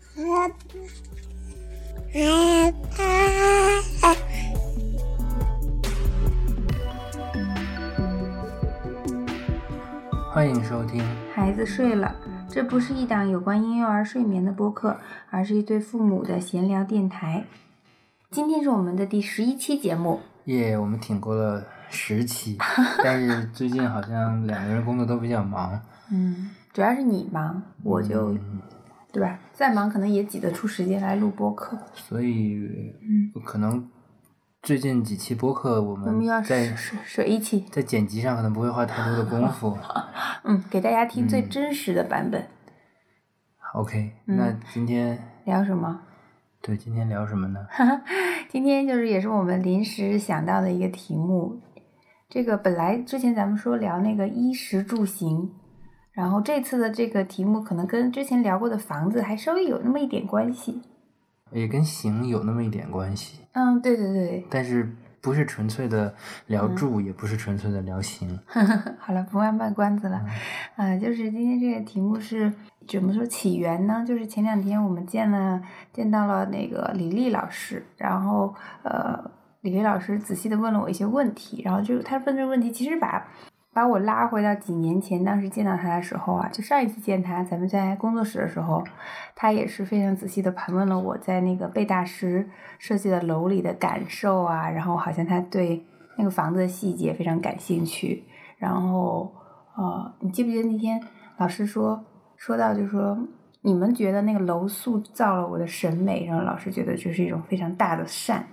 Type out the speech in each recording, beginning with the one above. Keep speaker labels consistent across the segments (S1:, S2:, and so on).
S1: 爸害怕。
S2: 欢迎收听。
S3: 孩子睡了，这不是一档有关婴幼儿睡眠的播客，而是一对父母的闲聊电台。今天是我们的第十一期节目，
S2: 耶、我们挺过了十 期，但是最近好像两个人工作都比较忙。
S3: 嗯，主要是你忙， 我就、
S2: 嗯
S3: 对吧？再忙可能也挤得出时间来录播客。
S2: 所以
S3: 嗯，
S2: 可能最近几期播客，我
S3: 我们要
S2: 们嗯
S3: 水
S2: 在
S3: 水水一期，
S2: 在剪辑上可能不会花太多的 功夫。
S3: 嗯，给大家听最
S2: 嗯
S3: 真实的版本。
S2: OK，
S3: 嗯
S2: 那今天
S3: 聊什么？
S2: 对今天聊什么呢？
S3: 今天就是也是我们临时想到的一个题目，这个本来之前咱们说聊那个衣食住行，然后这次的这个题目可能跟之前聊过的房子还稍微有那么一点关系。
S2: 也跟行有那么一点关系，
S3: 嗯，对对对，
S2: 但是不是纯粹的聊
S3: 嗯
S2: 住，也不是纯粹的聊行。
S3: 好了，不卖卖关子了，呃，就是今天这个题目是怎么说起源呢？就是前两天我们见了见到了那个李丽老师，然后呃，李丽老师仔细的问了我一些问题，然后就他问这个问题，其实把把我拉回到几年前，当时见到他的时候啊，就上一次见他，咱们在工作室的时候，他也是非常仔细的盘问了我在那个贝大师设计的楼里的感受啊，然后好像他对那个房子的细节非常感兴趣，然后呃，你记不记得那天老师说说到就说你们觉得那个楼塑造了我的审美，然后老师觉得这是一种非常大的善，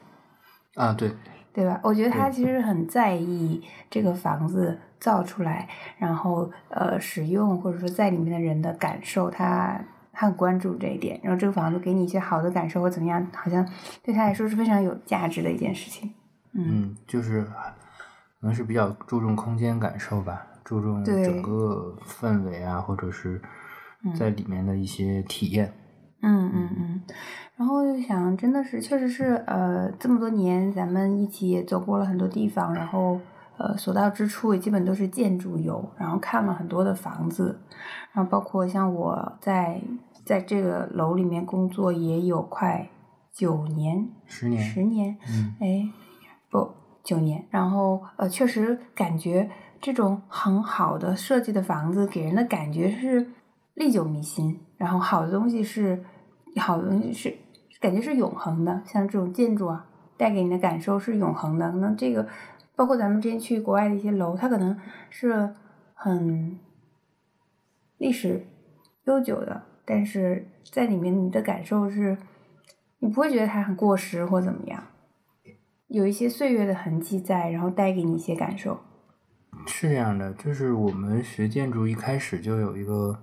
S2: 啊，对，
S3: 对吧？我觉得他
S2: 对
S3: 其实很在意这个房子造出来，然后呃使用或者说在里面的人的感受，他他很关注这一点。然后这个房子给你一些好的感受或怎么样，好像对他来说是非常有价值的一件事情。嗯，
S2: 嗯，就是可能是比较注重空间感受吧，注重
S3: 对
S2: 整个氛围啊，或者是
S3: 嗯
S2: 在里面的一些体验。
S3: 嗯嗯嗯，然后就想，真的是，确实是，呃，这么多年咱们一起也走过了很多地方，然后呃，所到之处也基本都是建筑游，然后看了很多的房子，然后包括像我在在这个楼里面工作也有快九年、
S2: 十年，
S3: 十年，
S2: 嗯，
S3: 哎，不，九年。然后呃，确实感觉这种很好的设计的房子给人的感觉是历久弥新，然后好的东西是好的东西是感觉是永恒的，像这种建筑啊，带给你的感受是永恒的。可能这个包括咱们之前去国外的一些楼，它可能是很历史悠久的，但是在里面你的感受是，你不会觉得它很过时或怎么样，有一些岁月的痕迹在，然后带给你一些感受。
S2: 是这样的，就是我们学建筑一开始就有一个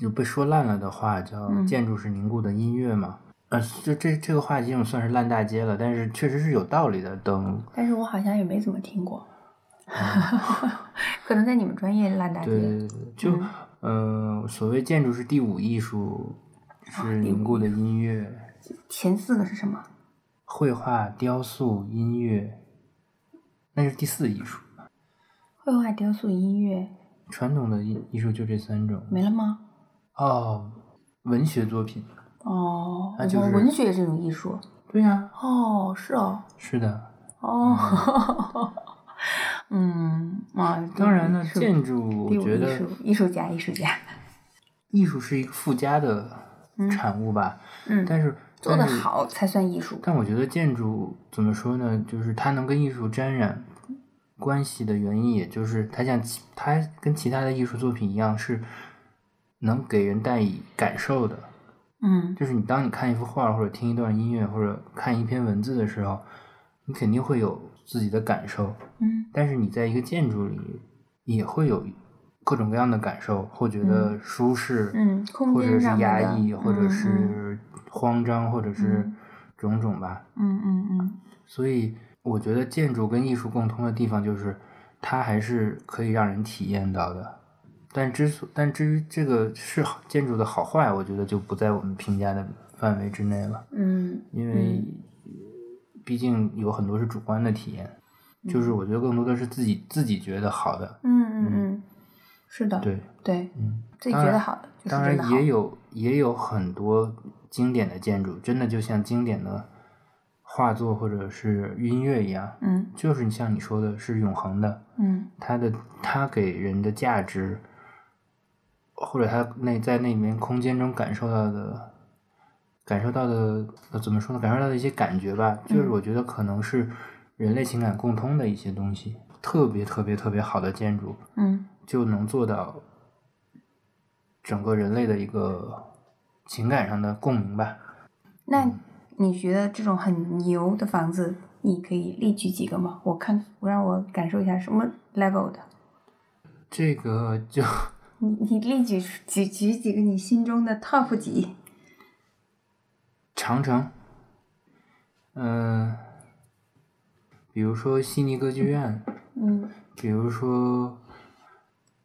S2: 就被说烂了的话，叫
S3: 嗯
S2: “建筑是凝固的音乐”嘛。呃，就这这个话已经算是烂大街了，但是确实是有道理的。等
S3: 但是我好像也没怎么听过， 可能在你们专业烂大街。
S2: 嗯对，就嗯、呃所谓建筑是第五艺术，
S3: 啊
S2: 是凝固的音乐。
S3: 前四个是什么？
S2: 绘画、雕塑、音乐，那是第四艺术。
S3: 绘画、雕塑、音乐，
S2: 传统的艺艺术就这三种。
S3: 没了吗？
S2: 哦，文学作品。
S3: 哦，
S2: 那就是
S3: 然后文学这种艺术。
S2: 对呀、
S3: 哦，是哦，
S2: 是的。
S3: 哦， 嗯，啊，
S2: 当然了，
S3: 艺术
S2: 建筑我
S3: 第五
S2: 觉
S3: 艺
S2: 得
S3: 术，艺术家，艺术家，
S2: 艺术是一个附加的
S3: 嗯
S2: 产物吧，
S3: 嗯，
S2: 但是
S3: 做得
S2: 但是
S3: 好才算艺术。
S2: 但我觉得建筑怎么说呢？就是它能跟艺术沾染关系的原因，也就是它像其它跟其他的艺术作品一样，是能给人带以感受的。
S3: 嗯
S2: 就是你当你看一幅画或者听一段音乐或者看一篇文字的时候，你肯定会有自己的感受，
S3: 嗯
S2: 但是你在一个建筑里也会有各种各样的感受，会觉得舒适，
S3: 嗯，空
S2: 或者
S3: 间
S2: 是
S3: 上面的
S2: 压抑，或者
S3: 嗯
S2: 是慌张，或者是
S3: 嗯
S2: 种种吧。
S3: 嗯嗯嗯
S2: 所以我觉得建筑跟艺术共通的地方就是，它还是可以让人体验到的。但之所但至于这个是好建筑的好坏，我觉得就不在我们评价的范围之内了，
S3: 嗯
S2: 因为毕竟有很多是主
S3: 嗯
S2: 观的体验，就是我觉得更多的是自己自己觉得好的。
S3: 嗯嗯嗯嗯，是的，
S2: 对，
S3: 对，
S2: 嗯，
S3: 自己
S2: 当
S3: 觉得
S2: 然
S3: 好的，就是
S2: 当
S3: 真的
S2: 然
S3: 好
S2: 也有也有很多经典的建筑，真的就像经典的画作或者是音乐一样，
S3: 嗯
S2: 就是你像你说的是永恒的，
S3: 嗯
S2: 它的它给人的价值，或者它那在那里面空间中感受到的，感受到的呃怎么说呢？感受到的一些感觉吧，就是
S3: 嗯
S2: 我觉得可能是人类情感共通的一些东西。特别特别特别好的建筑
S3: 嗯
S2: 就能做到整个人类的一个情感上的共鸣吧。
S3: 那
S2: 嗯
S3: 你觉得这种很牛的房子，你可以列举几个吗？我看，我让我感受一下什么 level 的。
S2: 这个就
S3: 你你列举举举几个你心中的 top 几？
S2: 长城，嗯、比如说悉尼歌剧院，
S3: 嗯
S2: 比如说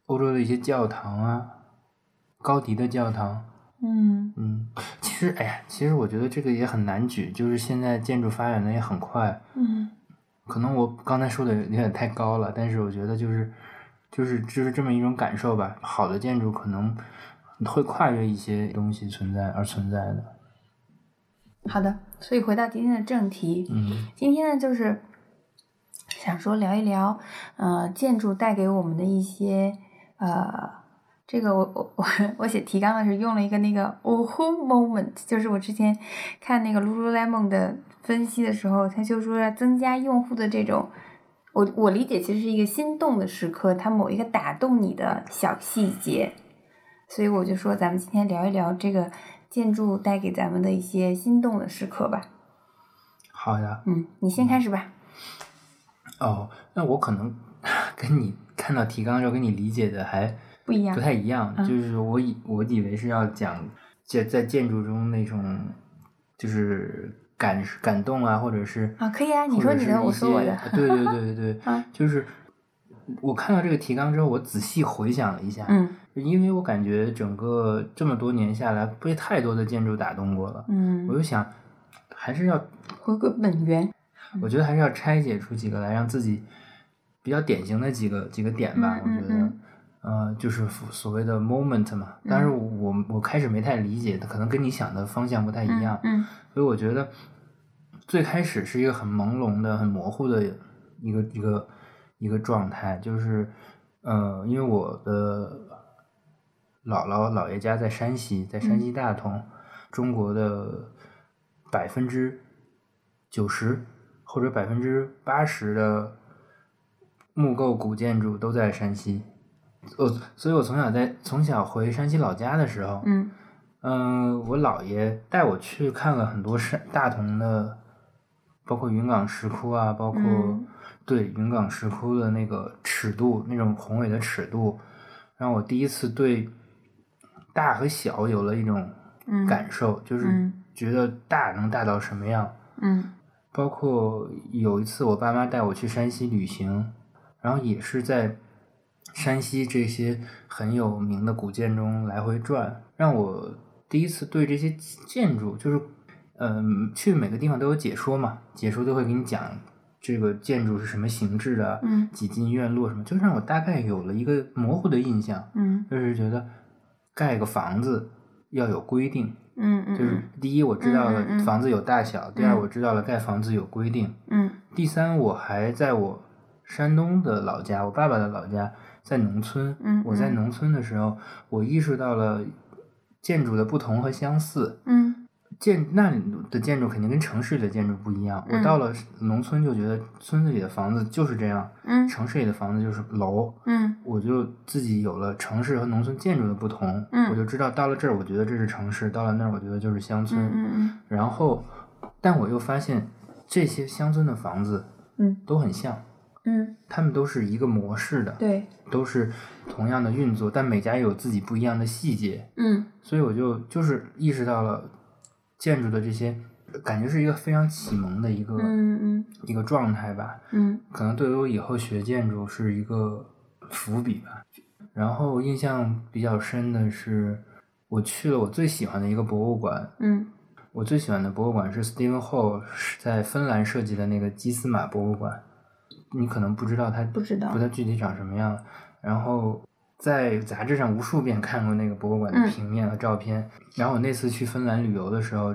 S2: 欧洲的一些教堂啊，高迪的教堂，
S3: 嗯
S2: 嗯，其实哎呀，其实我觉得这个也很难举，就是现在建筑发展的也很快，
S3: 嗯
S2: 可能我刚才说的有点太高了，但是我觉得就是就是就是这么一种感受吧，好的建筑可能会跨越一些东西存在而存在的，
S3: 好的。所以回到今天的正题，
S2: 嗯
S3: 今天呢就是想说聊一聊，呃，建筑带给我们的一些呃。这个我我我我写提纲的时候用了一个那个哦吼 moment，就是我之前看那个 Lululemon 的分析的时候，他就说要增加用户的这种，我我理解其实是一个心动的时刻，它某一个打动你的小细节，所以我就说咱们今天聊一聊这个建筑带给咱们的一些心动的时刻吧。
S2: 好呀，
S3: 嗯，你先开始吧。
S2: 哦，那我可能 跟你看到提纲之后跟你理解的还。
S3: 不一样
S2: 不。太一样，
S3: 嗯
S2: 就是我以我以为是要讲建在建筑中那种就是感感动啊，或者是
S3: 啊可以啊你
S2: 或者
S3: 说你的
S2: 是一
S3: 我说我
S2: 些
S3: 的
S2: 对对对 对对，
S3: 嗯
S2: 就是我看到这个提纲之后，我仔细回想了一下，
S3: 嗯
S2: 因为我感觉整个这么多年下来被太多的建筑打动过了，我
S3: 嗯，
S2: 就想还是要
S3: 回归本源。
S2: 我觉得还是要拆解出几个来，让自己比较典型的几个几个点吧。
S3: 嗯
S2: 我觉得，
S3: 嗯
S2: 呃，就是所谓的 moment 嘛。但是我我开始没太理解，可能跟你想的方向不太一样，
S3: 嗯嗯
S2: 所以我觉得最开始是一个很朦胧的、很模糊的一个一个一个状态，就是呃，因为我的姥姥姥爷家在山西，在山西大同，中国的百分之九十或者百分之八十的木构古建筑都在山西。我、所以我从小在从小回山西老家的时候，
S3: 嗯
S2: 嗯，我姥爷带我去看了很多山大同的，包括云冈石窟啊，包括、
S3: 嗯
S2: 对云冈石窟的那个尺度，那种宏伟的尺度，让我第一次对大和小有了一种
S3: 嗯
S2: 感受，就是
S3: 嗯
S2: 觉得大能大到什么样。
S3: 嗯
S2: 包括有一次我爸妈带我去山西旅行，然后也是在山西这些很有名的古建中来回转，让我第一次对这些建筑，就是嗯，去每个地方都有解说嘛，解说都会给你讲这个建筑是什么形制的，
S3: 嗯
S2: 几进院落什么，就让我大概有了一个模糊的印象，
S3: 嗯
S2: 就是觉得盖个房子要有规定，
S3: 嗯嗯
S2: 就是第一我知道
S3: 嗯嗯
S2: 了
S3: 嗯
S2: 房子有大小，第二
S3: 嗯
S2: 我知道了盖房子有规定，
S3: 嗯
S2: 第三我还在我山东的老家，我爸爸的老家在农村，
S3: 嗯
S2: 我在
S3: 嗯
S2: 农村的时候，我意识到了建筑的不同和相似。
S3: 嗯
S2: 建那里的建筑肯定跟城市里的建筑不一样。
S3: 嗯
S2: 我到了农村就觉得村子里的房子就是这样，
S3: 嗯
S2: 城市里的房子就是楼。
S3: 嗯
S2: 我就自己有了城市和农村建筑的不同，
S3: 嗯
S2: 我就知道到了这儿，我觉得这是城市；到了那儿，我觉得就是乡村。
S3: 嗯
S2: 然后，但我又发现这些乡村的房子
S3: 嗯
S2: 都很像，
S3: 嗯，
S2: 他们都是一个模式的，
S3: 对，
S2: 都是同样的运作，但每家有自己不一样的细节。
S3: 嗯
S2: 所以我就就是意识到了建筑的这些，感觉是一个非常启蒙的一个、
S3: 嗯
S2: 一个状态吧。
S3: 嗯嗯
S2: 可能对于我以后学建筑是一个伏笔吧。然后印象比较深的是，我去了我最喜欢的一个博物馆，
S3: 嗯
S2: 我最喜欢的博物馆是 Steven Hall 是在芬兰设计的那个基斯马博物馆，你可能不知道它
S3: 不知道
S2: 不太具体长什么样。然后在杂志上无数遍看过那个博物馆的
S3: 嗯
S2: 平面和照片。然后我那次去芬兰旅游的时候，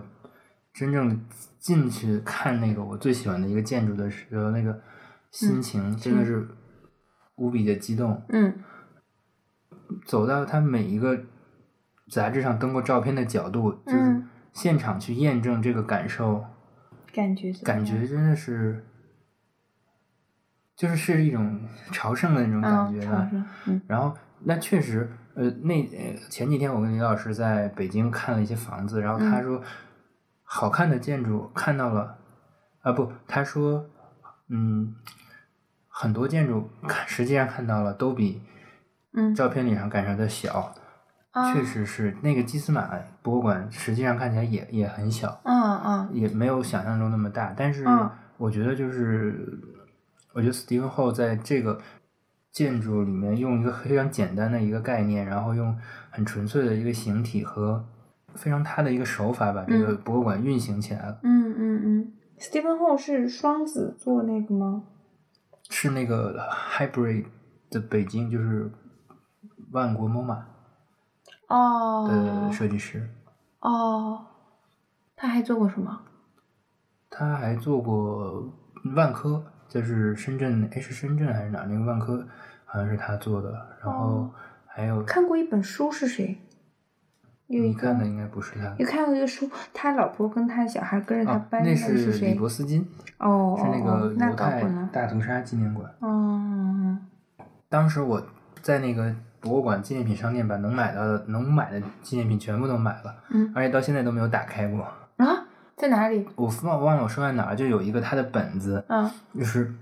S2: 真正进去看那个我最喜欢的一个建筑的时候，那个嗯心情真的是无比的激动。
S3: 嗯
S2: 走到它每一个杂志上登过照片的角度，就是
S3: 嗯
S2: 现场去验证这个感受，
S3: 感觉怎么
S2: 感
S3: 样
S2: 觉真的是。就是是一种朝圣的那种感觉啊
S3: 嗯
S2: 吧，
S3: 朝圣嗯
S2: 然后那确实，呃，那呃前几天我跟李老师在北京看了一些房子，然后他
S3: 嗯
S2: 说，好看的建筑看到了，啊不，他说，嗯，很多建筑看实际上看到了都比
S3: 嗯
S2: 照片里上感受的小，
S3: 啊
S2: 确实是那个基斯马博物馆实际上看起来也也很小，
S3: 嗯嗯
S2: 也没有想象中那么大，但是
S3: 嗯
S2: 我觉得就是，我觉得 Stephen Hall 在这个建筑里面用一个非常简单的一个概念，然后用很纯粹的一个形体和非常他的一个手法，把这个博物馆运行起来了。
S3: 嗯嗯嗯，Stephen Hall 是双子座那个吗？
S2: 是那个 Hybrid 的北京，就是万国 MoMA
S3: 哦
S2: 的设计师，
S3: 哦，他还做过什么？
S2: 他还做过万科，就是深圳，哎是深圳还是哪儿？那个万科好像是他做的，然后
S3: 哦
S2: 还有。
S3: 看过一本书是谁？有一
S2: 你
S3: 个
S2: 看的应该不是他
S3: 有看过一个书，他老婆跟他小孩跟着他
S2: 啊，
S3: 搬，
S2: 那
S3: 个
S2: 是
S3: 谁
S2: 李？伯斯金，
S3: 哦，
S2: 是那
S3: 哦
S2: 个
S3: 哦那
S2: 犹
S3: 搞
S2: 太
S3: 混了。
S2: 大屠杀纪念馆。
S3: 哦，
S2: 当时我在那个博物馆纪念品商店把能买到的、能买的纪念品全部都买了，
S3: 嗯
S2: 而且到现在都没有打开过。
S3: 啊，在哪里？
S2: 我忘忘了我说在哪儿，就有一个他的本子，
S3: 嗯
S2: 就是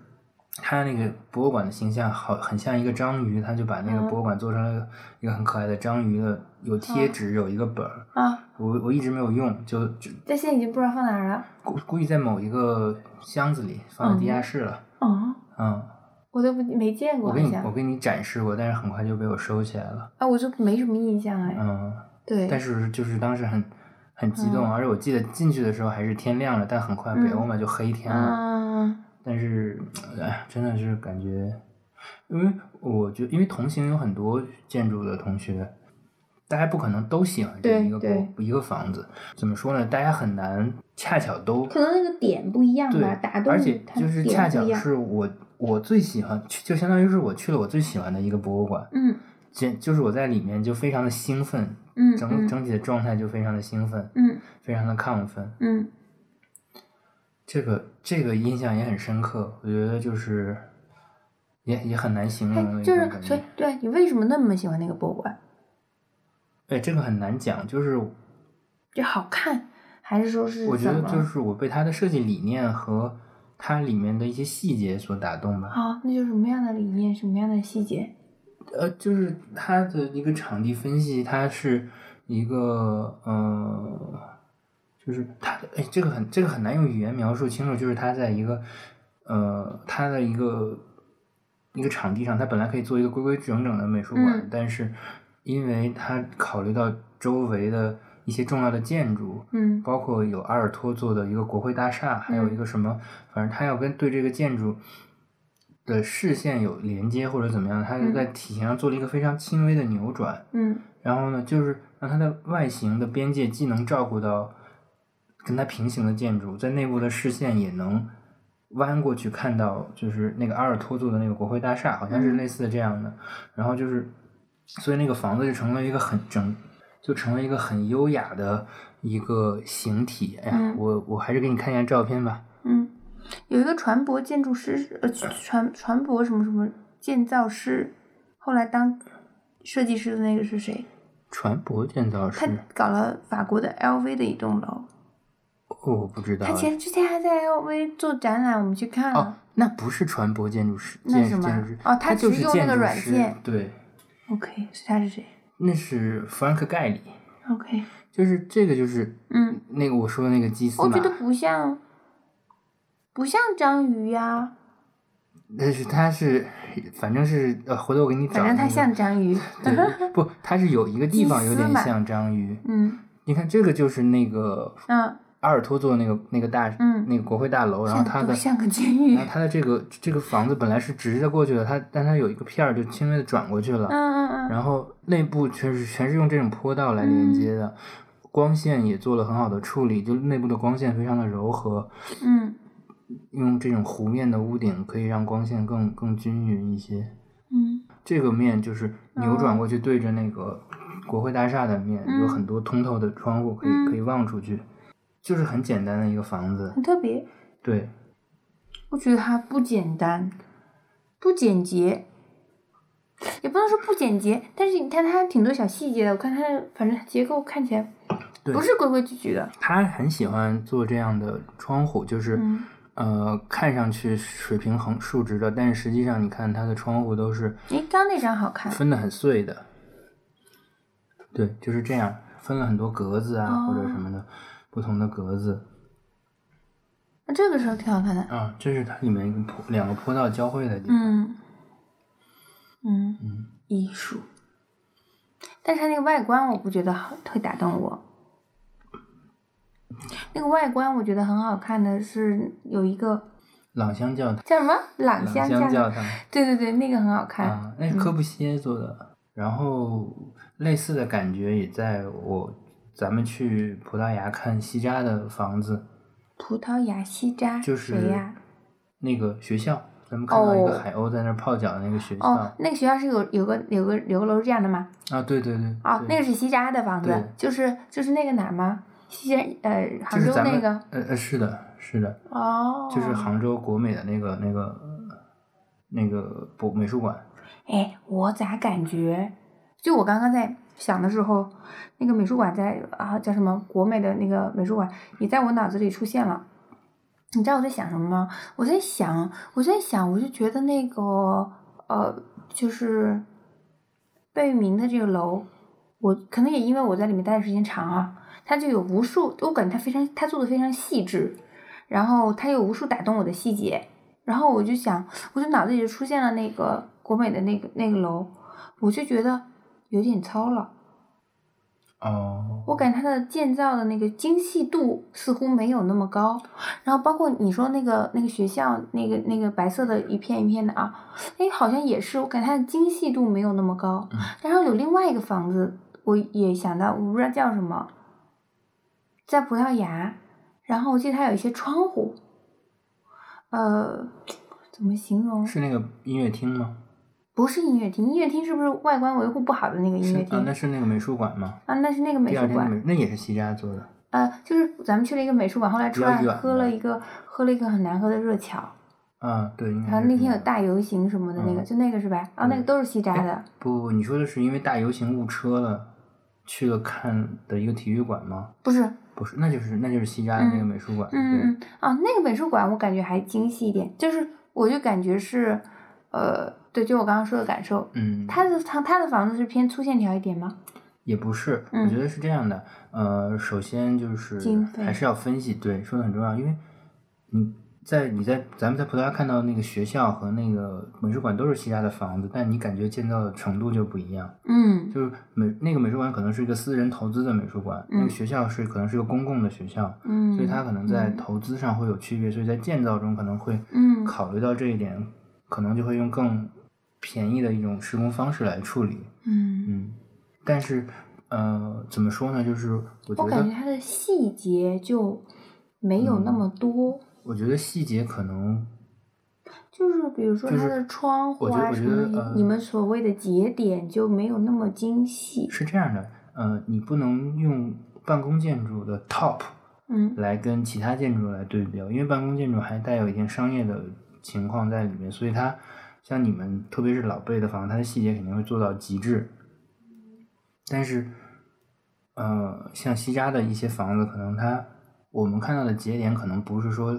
S2: 他那个博物馆的形象好很像一个章鱼，他就把那个
S3: 嗯
S2: 博物馆做成了一个很可爱的章鱼的，有
S3: 哦
S2: 贴纸，有一个本儿。
S3: 啊，
S2: 我我一直没有用，就就
S3: 但现在已经不知道放哪儿了。
S2: 估估计在某一个箱子里放在地下室了。
S3: 哦，
S2: 嗯，
S3: 我都不没见过，
S2: 我
S3: 好
S2: 给你我
S3: 像
S2: 给你展示过，但是很快就被我收起来了。
S3: 啊，我就没什么印象哎。
S2: 嗯，
S3: 对，
S2: 但是就是当时很很激动，
S3: 嗯
S2: 而且我记得进去的时候还是天亮了，但很快北
S3: 嗯
S2: 欧嘛就黑天了。
S3: 嗯
S2: 但是，哎，真的是感觉，因为我觉因为同行有很多建筑的同学，大家不可能都喜欢这
S3: 对
S2: 一个
S3: 对
S2: 一个房子。怎么说呢？大家很难恰巧都
S3: 可能那个点不一样
S2: 对
S3: 吧，打，动
S2: 而
S3: 你
S2: 且
S3: 它
S2: 就是
S3: 点
S2: 恰
S3: 不
S2: 巧
S3: 一样。
S2: 是我我最喜欢，就相当于是我去了我最喜欢的一个博物馆。
S3: 嗯
S2: 这就是我在里面就非常的兴奋，
S3: 嗯
S2: 整
S3: 嗯
S2: 整体的状态就非常的兴奋，
S3: 嗯
S2: 非常的亢奋。
S3: 嗯
S2: 这个这个印象也很深刻，我觉得就是也也很难形容的
S3: 哎，
S2: 一
S3: 就
S2: 种感
S3: 是所以
S2: 觉。
S3: 对你为什么那么喜欢那个博物馆？
S2: 对，哎这个很难讲，就是
S3: 就好看，还是说是
S2: 我觉
S3: 怎
S2: 得
S3: 么
S2: 就？是我被它的设计理念和它里面的一些细节所打动吧。
S3: 啊，那就是什么样的理念，什么样的细节？
S2: 呃，就是它的一个场地分析，它是一个呃，就是它的哎，这个很这个很难用语言描述清楚，就是它在一个呃，它的一个一个场地上，它本来可以做一个规规整整的美术馆，
S3: 嗯
S2: 但是因为它考虑到周围的一些重要的建筑，
S3: 嗯
S2: 包括有阿尔托做的一个国会大厦，还有一个什么，反正他要跟对这个建筑的视线有连接或者怎么样，他就
S3: 嗯
S2: 在体型上做了一个非常轻微的扭转。
S3: 嗯
S2: 然后呢，就是让它的外形的边界既能照顾到跟它平行的建筑，在内部的视线也能弯过去看到，就是那个阿尔托做的那个国会大厦，好像是
S3: 嗯
S2: 类似的这样的。然后就是，所以那个房子就成了一个很整，就成了一个很优雅的一个形体。哎呀，
S3: 嗯
S2: 我我还是给你看一下照片吧。
S3: 嗯，有一个船舶建筑师，呃，船船舶什么什么建造师，后来当设计师的那个是谁？
S2: 船舶建造
S3: 他
S2: 师，
S3: 搞了法国的 LV 的一栋楼，
S2: 哦我不知道
S3: 他
S2: 哎。
S3: 前之前还在 LV 做展览，我们去看了。
S2: 哦，那不是船舶建筑师，
S3: 啊那
S2: 建
S3: 是什么
S2: 建筑师
S3: 哦
S2: 他
S3: 他
S2: 就
S3: 只
S2: 是
S3: 用那
S2: 建
S3: 个
S2: 筑
S3: 软
S2: 师
S3: 件
S2: 对。
S3: OK，是他是谁
S2: 那是弗兰克盖里，
S3: ？OK，
S2: 就是这个就是
S3: 嗯，
S2: 那个我说的那个基斯
S3: 我
S2: 马
S3: 觉，得不像，不像章鱼呀、
S2: 但是他是反正是呃，回头我给你找、那
S3: 反
S2: 个，
S3: 正它像章鱼。
S2: 对不，它是有一个地方有
S3: 基斯
S2: 点
S3: 马
S2: 像章鱼。
S3: 嗯
S2: 你看这个就是那个
S3: 嗯
S2: 阿尔托做的那个那个大、
S3: 嗯
S2: 那个国会大楼，然后
S3: 像
S2: 它
S3: 多
S2: 的
S3: 像个监狱
S2: 然后。它的这个这个房子本来是直着过去的，它但它有一个片儿就轻微的转过去了，
S3: 嗯嗯嗯，
S2: 然后内部全是全是用这种坡道来连接
S3: 嗯
S2: 的，光线也做了很好的处理，就内部的光线非常的柔和，
S3: 嗯
S2: 用这种弧面的屋顶可以让光线更更均匀一些。
S3: 嗯
S2: 这个面就是扭转过去对着那个国会大厦的面，
S3: 嗯
S2: 有很多通透的窗户可以、
S3: 嗯
S2: 可以望出去，就是很简单的一个房子。
S3: 很特别。
S2: 对，
S3: 我觉得它不简单，不简洁，也不能说不简洁，但是你看它挺多小细节的。我看它的，反正结构看起来
S2: 对
S3: 不是规规矩矩的。
S2: 他很喜欢做这样的窗户，就是、
S3: 嗯
S2: 呃看上去水平横竖直的，但是实际上你看它的窗户都是
S3: 诶，刚那张好看。
S2: 分的很碎的。对，就是这样，分了很多格子啊、或者什么的，不同的格子
S3: 那这个时候挺好看的。
S2: 啊，这是它里面一个坡两个坡道交汇的地方。
S3: 嗯，嗯，艺术。但是它那个外观，我不觉得好，会打动我。那个外观我觉得很好看的是有一个
S2: 朗香教堂，
S3: 叫什么嗯朗
S2: 朗
S3: 香
S2: 香
S3: 教
S2: 教
S3: 堂，哎嗯
S2: 堂
S3: 对对对，那个很好看。
S2: 啊，那是科布西耶做的。然后类似的感觉也在我咱们去葡萄牙看西扎的房子，
S3: 葡萄牙西扎
S2: 就是
S3: 谁呀？
S2: 那个学校，咱们看到一个海鸥在那儿泡脚的那个学校、
S3: 哦，那个学校是有有个有个有个楼是这样的吗？
S2: 啊，对对对，
S3: 哦，那
S2: 对
S3: 个是西扎的房子
S2: 对，
S3: 就是就是那个哪儿吗？西扎呃，
S2: 就
S3: 杭
S2: 是
S3: 州
S2: 咱们
S3: 那个
S2: 呃呃是的是的，
S3: 哦，
S2: 就是杭州国美的那个那个那个博美术馆，
S3: 哎，我咋感觉？就我刚刚在想的时候，那个美术馆在啊叫什么国美的那个美术馆也在我脑子里出现了。你知道我在想什么吗？我在想，我在想，我就觉得那个呃，就是贝聿铭的这个楼，我可能也因为我在里面待的时间长啊，它就有无数，我感觉它非常，它做的非常细致，然后它有无数打动我的细节，然后我就想，我就脑子里就出现了那个国美的那个那个楼，我就觉得有点糙了。
S2: 哦，
S3: 我感觉它的建造的那个精细度似乎没有那么高，然后包括你说那个那个学校那个那个白色的一片一片的啊，哎，好像也是，我感觉它的精细度没有那么高。然后有另外一个房子，我也想到，我不知道叫什么，在葡萄牙，然后我记得它有一些窗户，呃，怎么形容？
S2: 是那个音乐厅吗？
S3: 不是音乐厅，音乐厅是不是外观维护不好的那个音
S2: 是
S3: 乐
S2: 啊
S3: 厅？，
S2: 那是那个美术馆吗？
S3: 啊那是那个美
S2: 第二
S3: 术
S2: 天的
S3: 馆。
S2: 美那也是西扎做的，
S3: 呃，就是咱们去了一个美术馆，后来
S2: 比
S3: 出
S2: 较
S3: 来
S2: 远
S3: 喝
S2: 的
S3: 了一个喝了一个很难喝的热巧，
S2: 啊，对，应该是
S3: 然后那天
S2: 那
S3: 有
S2: 个
S3: 大游行什么的那个，
S2: 嗯
S3: 就那个是吧？啊，那
S2: 对
S3: 个都是西扎的
S2: 哎。不不，你说的是因为大游行误车了，去了看的一个体育馆吗？
S3: 不是，
S2: 不是，那就是那就是西加的那个
S3: 嗯
S2: 美术馆，
S3: 嗯嗯啊，那个美术馆我感觉还精细一点，就是我就感觉是，呃，对，就我刚刚说的感受，
S2: 对，嗯，
S3: 他的他他的房子是偏粗线条一点吗？
S2: 也不是，我
S3: 嗯
S2: 觉得是这样的，呃，首先就是
S3: 经费
S2: 还是要分析，对，说的很重要，因为你在你在咱们在葡萄牙看到那个学校和那个美术馆都是西加的房子，但你感觉建造的程度就不一样，
S3: 嗯
S2: 就是美那个美术馆可能是一个私人投资的美术馆，那个
S3: 嗯
S2: 学校是可能是个公共的学校，
S3: 嗯，
S2: 所以它可能在
S3: 嗯
S2: 投资上会有区别，所以在建造中可能会
S3: 嗯
S2: 考虑到这一点，可能就会用更便宜的一种施工方式来处理。
S3: 嗯，
S2: 嗯，但是呃，怎么说呢？就是我觉
S3: 我感
S2: 得
S3: 觉，它的细节就没有那
S2: 嗯
S3: 么多。
S2: 我觉得细节可能
S3: 就是比如说
S2: 就是
S3: 它的窗户
S2: 我觉得
S3: 啊
S2: 我
S3: 什
S2: 觉
S3: 么
S2: 得
S3: 的，
S2: 呃
S3: 你们所谓的节点就没有那么精细。
S2: 是这样的，呃，你不能用办公建筑的 top
S3: 嗯
S2: 来跟其他建筑来对标，因为办公建筑还带有一定商业的情况在里面，所以它像你们特别是老辈的房子，它的细节肯定会做到极致。但是，呃，像西扎的一些房子，可能它我们看到的节点可能不是说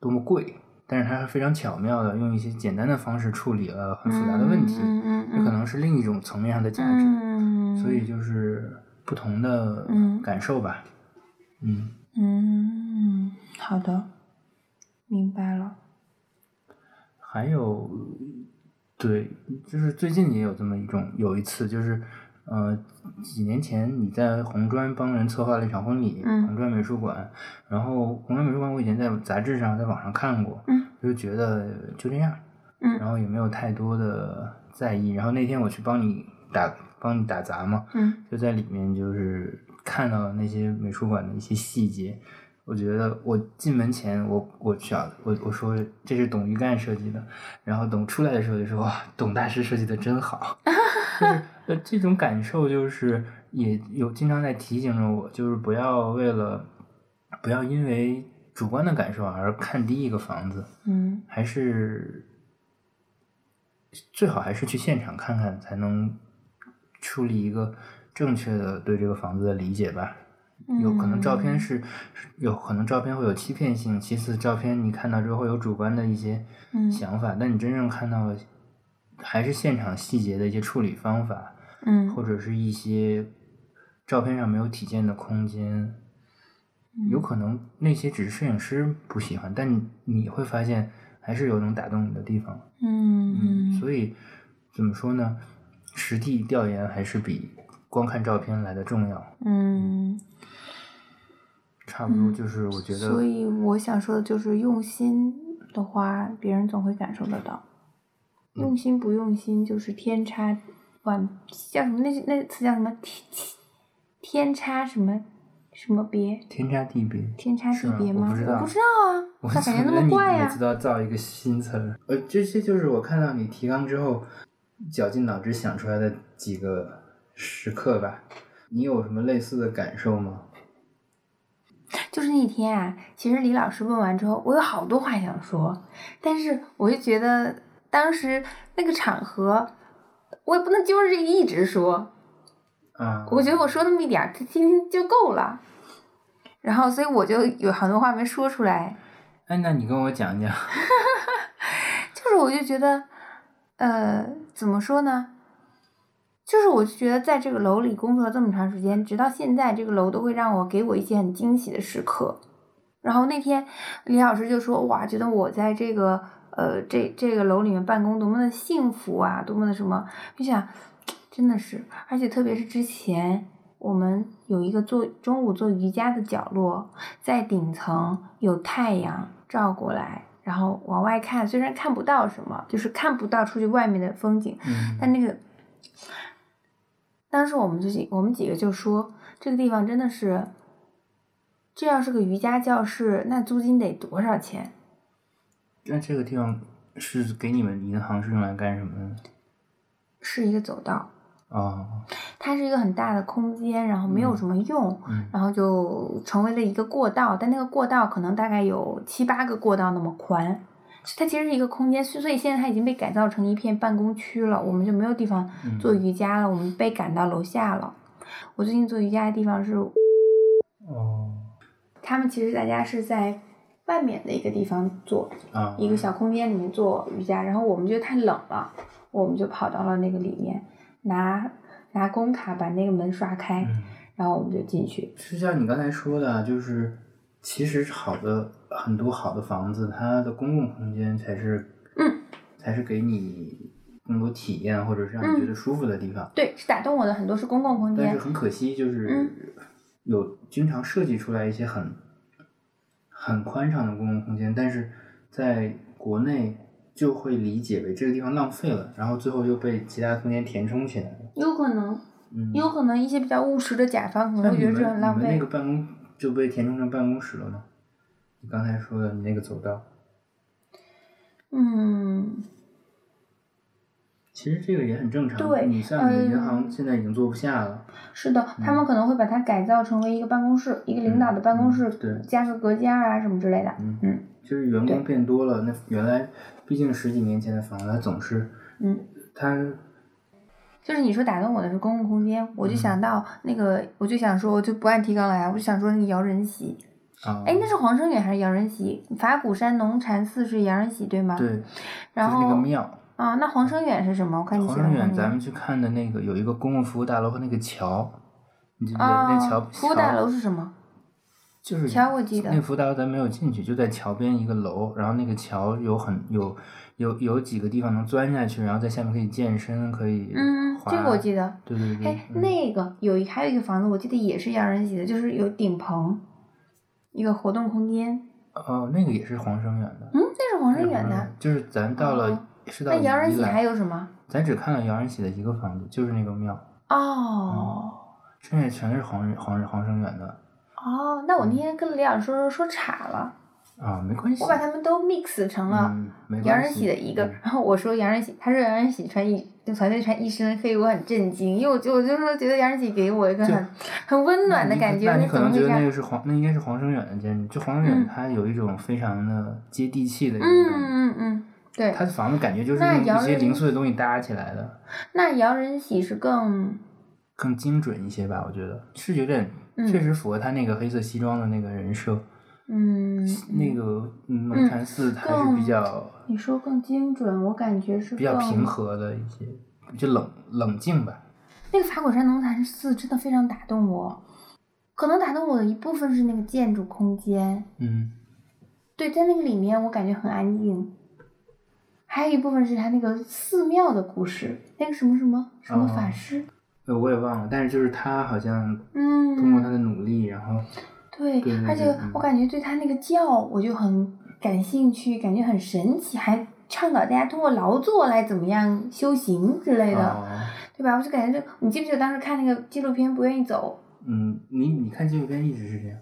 S2: 多么贵，但是它是非常巧妙的用一些简单的方式处理了很复杂的问题，
S3: 嗯嗯
S2: 这
S3: 嗯，
S2: 可能是另一种层面上的价值。
S3: 嗯，
S2: 所以就是不同的
S3: 嗯
S2: 感受吧，嗯
S3: 嗯，好的，明白了。
S2: 还有，对，就是最近也有这么一种，有一次就是，呃，几年前你在红砖帮人策划了一场婚礼，
S3: 嗯
S2: 红砖美术馆。然后红砖美术馆我以前在杂志上、在网上看过，
S3: 嗯
S2: 就觉得就这样，
S3: 嗯
S2: 然后也没有太多的在意。然后那天我去帮你打帮你打杂嘛，
S3: 嗯
S2: 就在里面就是看到了那些美术馆的一些细节。我觉得我进门前我，我想我我说这是董玉干设计的，然后等出来的时候就说哇，董大师设计的真好，就是呃这种感受就是也有经常在提醒着我，就是不要为了不要因为主观的感受而看低一个房子，
S3: 嗯
S2: 还是最好还是去现场看看，才能树立一个正确的对这个房子的理解吧。有可能照
S3: 嗯
S2: 片是，是有可能照片会有欺骗性。其次，照片你看到之后会有主观的一些
S3: 嗯
S2: 想法，但你真正看到了，还是现场细节的一些处理方法，
S3: 嗯
S2: 或者是一些照片上没有体现的空间。
S3: 嗯
S2: 有可能那些只是摄影师不喜欢，但你你会发现还是有能打动你的地方。
S3: 嗯
S2: 所以怎么说呢？实地调研还是比光看照片来的重要。
S3: 嗯，
S2: 差不多
S3: 嗯
S2: 就是我觉得，
S3: 所以我想说的就是用心的话，别人总会感受得到。
S2: 嗯
S3: 用心不用心就是天差万，叫什么那那词叫什么天天差什么什么别
S2: 天差地别。
S3: 天差
S2: 是
S3: 地
S2: 吗
S3: 别
S2: 我
S3: 吗？
S2: 不知道
S3: 啊，
S2: 我
S3: 咋
S2: 总
S3: 感觉
S2: 觉
S3: 那
S2: 得
S3: 么
S2: 你
S3: 怪呀、
S2: 每次都要造一个新词儿。呃，这些就是我看到你提纲之后，绞尽脑汁想出来的几个时刻吧。你有什么类似的感受吗？
S3: 就是那天啊，其实李老师问完之后，我有好多话想说，但是我就觉得当时那个场合，我也不能揪着这个一直说，
S2: 啊，
S3: 我觉得我说那么一点儿，他听听就够了。然后，所以我就有很多话没说出来，
S2: 哎，那你跟我讲 讲。
S3: 就是我就觉得，呃，怎么说呢？就是我就觉得在这个楼里工作这么长时间，直到现在，这个楼都会让我给我一些很惊喜的时刻。然后那天李老师就说：“哇，觉得我在这个呃这这个楼里面办公多么的幸福啊，多么的什么。”我想，真的是，而且特别是之前我们有一个做中午做瑜伽的角落，在顶层有太阳照过来，然后往外看，虽然看不到什么，就是看不到出去外面的风景，但
S2: 嗯，
S3: 那个，当时我们就几我们几个就说，这个地方真的是，这要是个瑜伽教室，那租金得多少钱？
S2: 那这个地方是给你们银行是用来干什么的呢？
S3: 是一个走道，
S2: 哦，
S3: 它是一个很大的空间，然后没有
S2: 嗯
S3: 什么用，
S2: 嗯
S3: 然后就成为了一个过道，但那个过道可能大概有七八个过道那么宽，所以它其实是一个空间，所以现在它已经被改造成一片办公区了，我们就没有地方
S2: 嗯
S3: 做瑜伽了，我们被赶到楼下了。我最近做瑜伽的地方是
S2: 哦，
S3: 他们其实大家是在外面的一个地方做，
S2: 啊，
S3: 一个小空间里面做瑜伽，然后我们觉得太冷了，我们就跑到了那个里面，拿拿工卡把那个门刷开，
S2: 嗯
S3: 然后我们就进去。
S2: 就像你刚才说的，啊就是其实好的很多好的房子，它的公共空间才是，
S3: 嗯，
S2: 才是给你更多体验或者是让你觉
S3: 嗯
S2: 得舒服的地方。
S3: 对，是打动我的很多是公共空
S2: 但
S3: 间
S2: 是，很可惜，就是
S3: 嗯
S2: 有经常设计出来一些很很宽敞的公共空间，但是在国内就会理解为这个地方浪费了，然后最后又被其他空间填充起来了。
S3: 有可能
S2: 嗯，
S3: 有可能一些比较务实的甲方可
S2: 那
S3: 能
S2: 哎你
S3: 会觉
S2: 们
S3: 得嗯这很浪
S2: 你们那
S3: 费
S2: 个。办公就被填充成办公室了吗？你刚才说的你那个走道，
S3: 嗯，
S2: 其实这个也很正常。
S3: 对
S2: 你像你的银
S3: 嗯
S2: 行现在已经坐不下了。
S3: 是的，他们可能会把它改造成为一个办公室，一个领导的办公室，
S2: 嗯嗯对
S3: 加个隔间儿啊什么之类的。
S2: 嗯
S3: 嗯
S2: 就是员工
S3: 对
S2: 变多了，那原来毕竟十几年前的房子，它总是
S3: 嗯，
S2: 它
S3: 就是你说打动我的是公共空间，
S2: 嗯
S3: 我就想到那个，我就想说，我就不按提纲来，啊我就想说那个姚仁喜，
S2: 啊，
S3: 哎，那是黄生远还是姚仁喜？法鼓山农禅寺是姚仁喜对吗？
S2: 对，就是
S3: 然后
S2: 那个庙，
S3: 啊，那黄生远是什么？我看你
S2: 黄
S3: 写的
S2: 生
S3: 黄
S2: 远，
S3: 生
S2: 咱
S3: 远
S2: 们去看的那个有一个公共服务大楼和那个桥，你记不记得、
S3: 啊
S2: 那桥？，
S3: 服务大楼是什么？
S2: 就是
S3: 桥我记得
S2: 那辅导咱没有进去，就在桥边一个楼，然后那个桥有很有有有几个地方能钻下去，然后在下面可以健身，可以
S3: 嗯，
S2: 滑
S3: 这个我记得。
S2: 对对对，
S3: 哎，
S2: 嗯
S3: 那个有一还有一个房子，我记得也是洋人写的，就是有顶棚，一个活动空间。
S2: 哦那个也是黄生远的，
S3: 嗯，那是黄生远
S2: 嗯
S3: 的。
S2: 就是咱到了、
S3: 哦
S2: 是到
S3: 那洋人
S2: 宜
S3: 喜
S2: 兰
S3: 还有什么？
S2: 咱只看了姚仁喜的一个房子，就是那个庙，
S3: 哦
S2: 剩下全是黄人黄人黄生远的
S3: 哦，那我
S2: 嗯
S3: 那天跟李老师说说岔了，
S2: 啊，没关系。
S3: 我把他们都 mix 成了。
S2: 嗯，没关系。
S3: 杨仁喜的一个，
S2: 嗯
S3: 然后我说杨仁喜，他说杨仁喜穿一就团队穿一身黑，我很震惊，因为我就我就说觉得杨仁喜给我一个
S2: 就
S3: 很很温暖
S2: 那
S3: 的
S2: 你
S3: 感
S2: 可
S3: 觉，
S2: 那你
S3: 怎
S2: 可
S3: 么
S2: 能
S3: 会
S2: 觉得
S3: 这
S2: 那
S3: 样？
S2: 个是黄，那应该是黄生远的建筑，就黄生远
S3: 嗯
S2: 他有一种非常的接地气的一
S3: 嗯
S2: 种，
S3: 嗯嗯，对。
S2: 他的房子感觉就是
S3: 那
S2: 用
S3: 姚
S2: 一些
S3: 仁
S2: 零碎的东西搭起来的，
S3: 那杨仁喜是更
S2: 更精准一些吧，我觉得是有点。
S3: 嗯
S2: 确实符合他那个黑色西装的那个人设，
S3: 嗯，
S2: 那个嗯龙禅寺还是
S3: 更
S2: 比较
S3: 你说更精准，我感觉是
S2: 比较
S3: 更
S2: 平。和的一些，就冷冷静吧。
S3: 那个法鼓山龙潭寺真的非常打动我，可能打动我的一部分是那个建筑空间，
S2: 嗯，
S3: 对，在那个里面我感觉很安静。还有一部分是他那个寺庙的故事，那个什么什么什么法
S2: 哦
S3: 师，
S2: 呃我也忘了，但是就是他好像
S3: 嗯，
S2: 通过他的努力，然后
S3: 对，
S2: 对对
S3: 而
S2: 对
S3: 且
S2: 嗯
S3: 我感觉对他那个教我就很感兴趣，感觉很神奇，还倡导大家通过劳作来怎么样修行之类的，
S2: 哦
S3: 对吧？我就感觉这，你记不记得当时看那个纪录片《不愿意走
S2: 嗯，你你看纪录片一直是这样，》？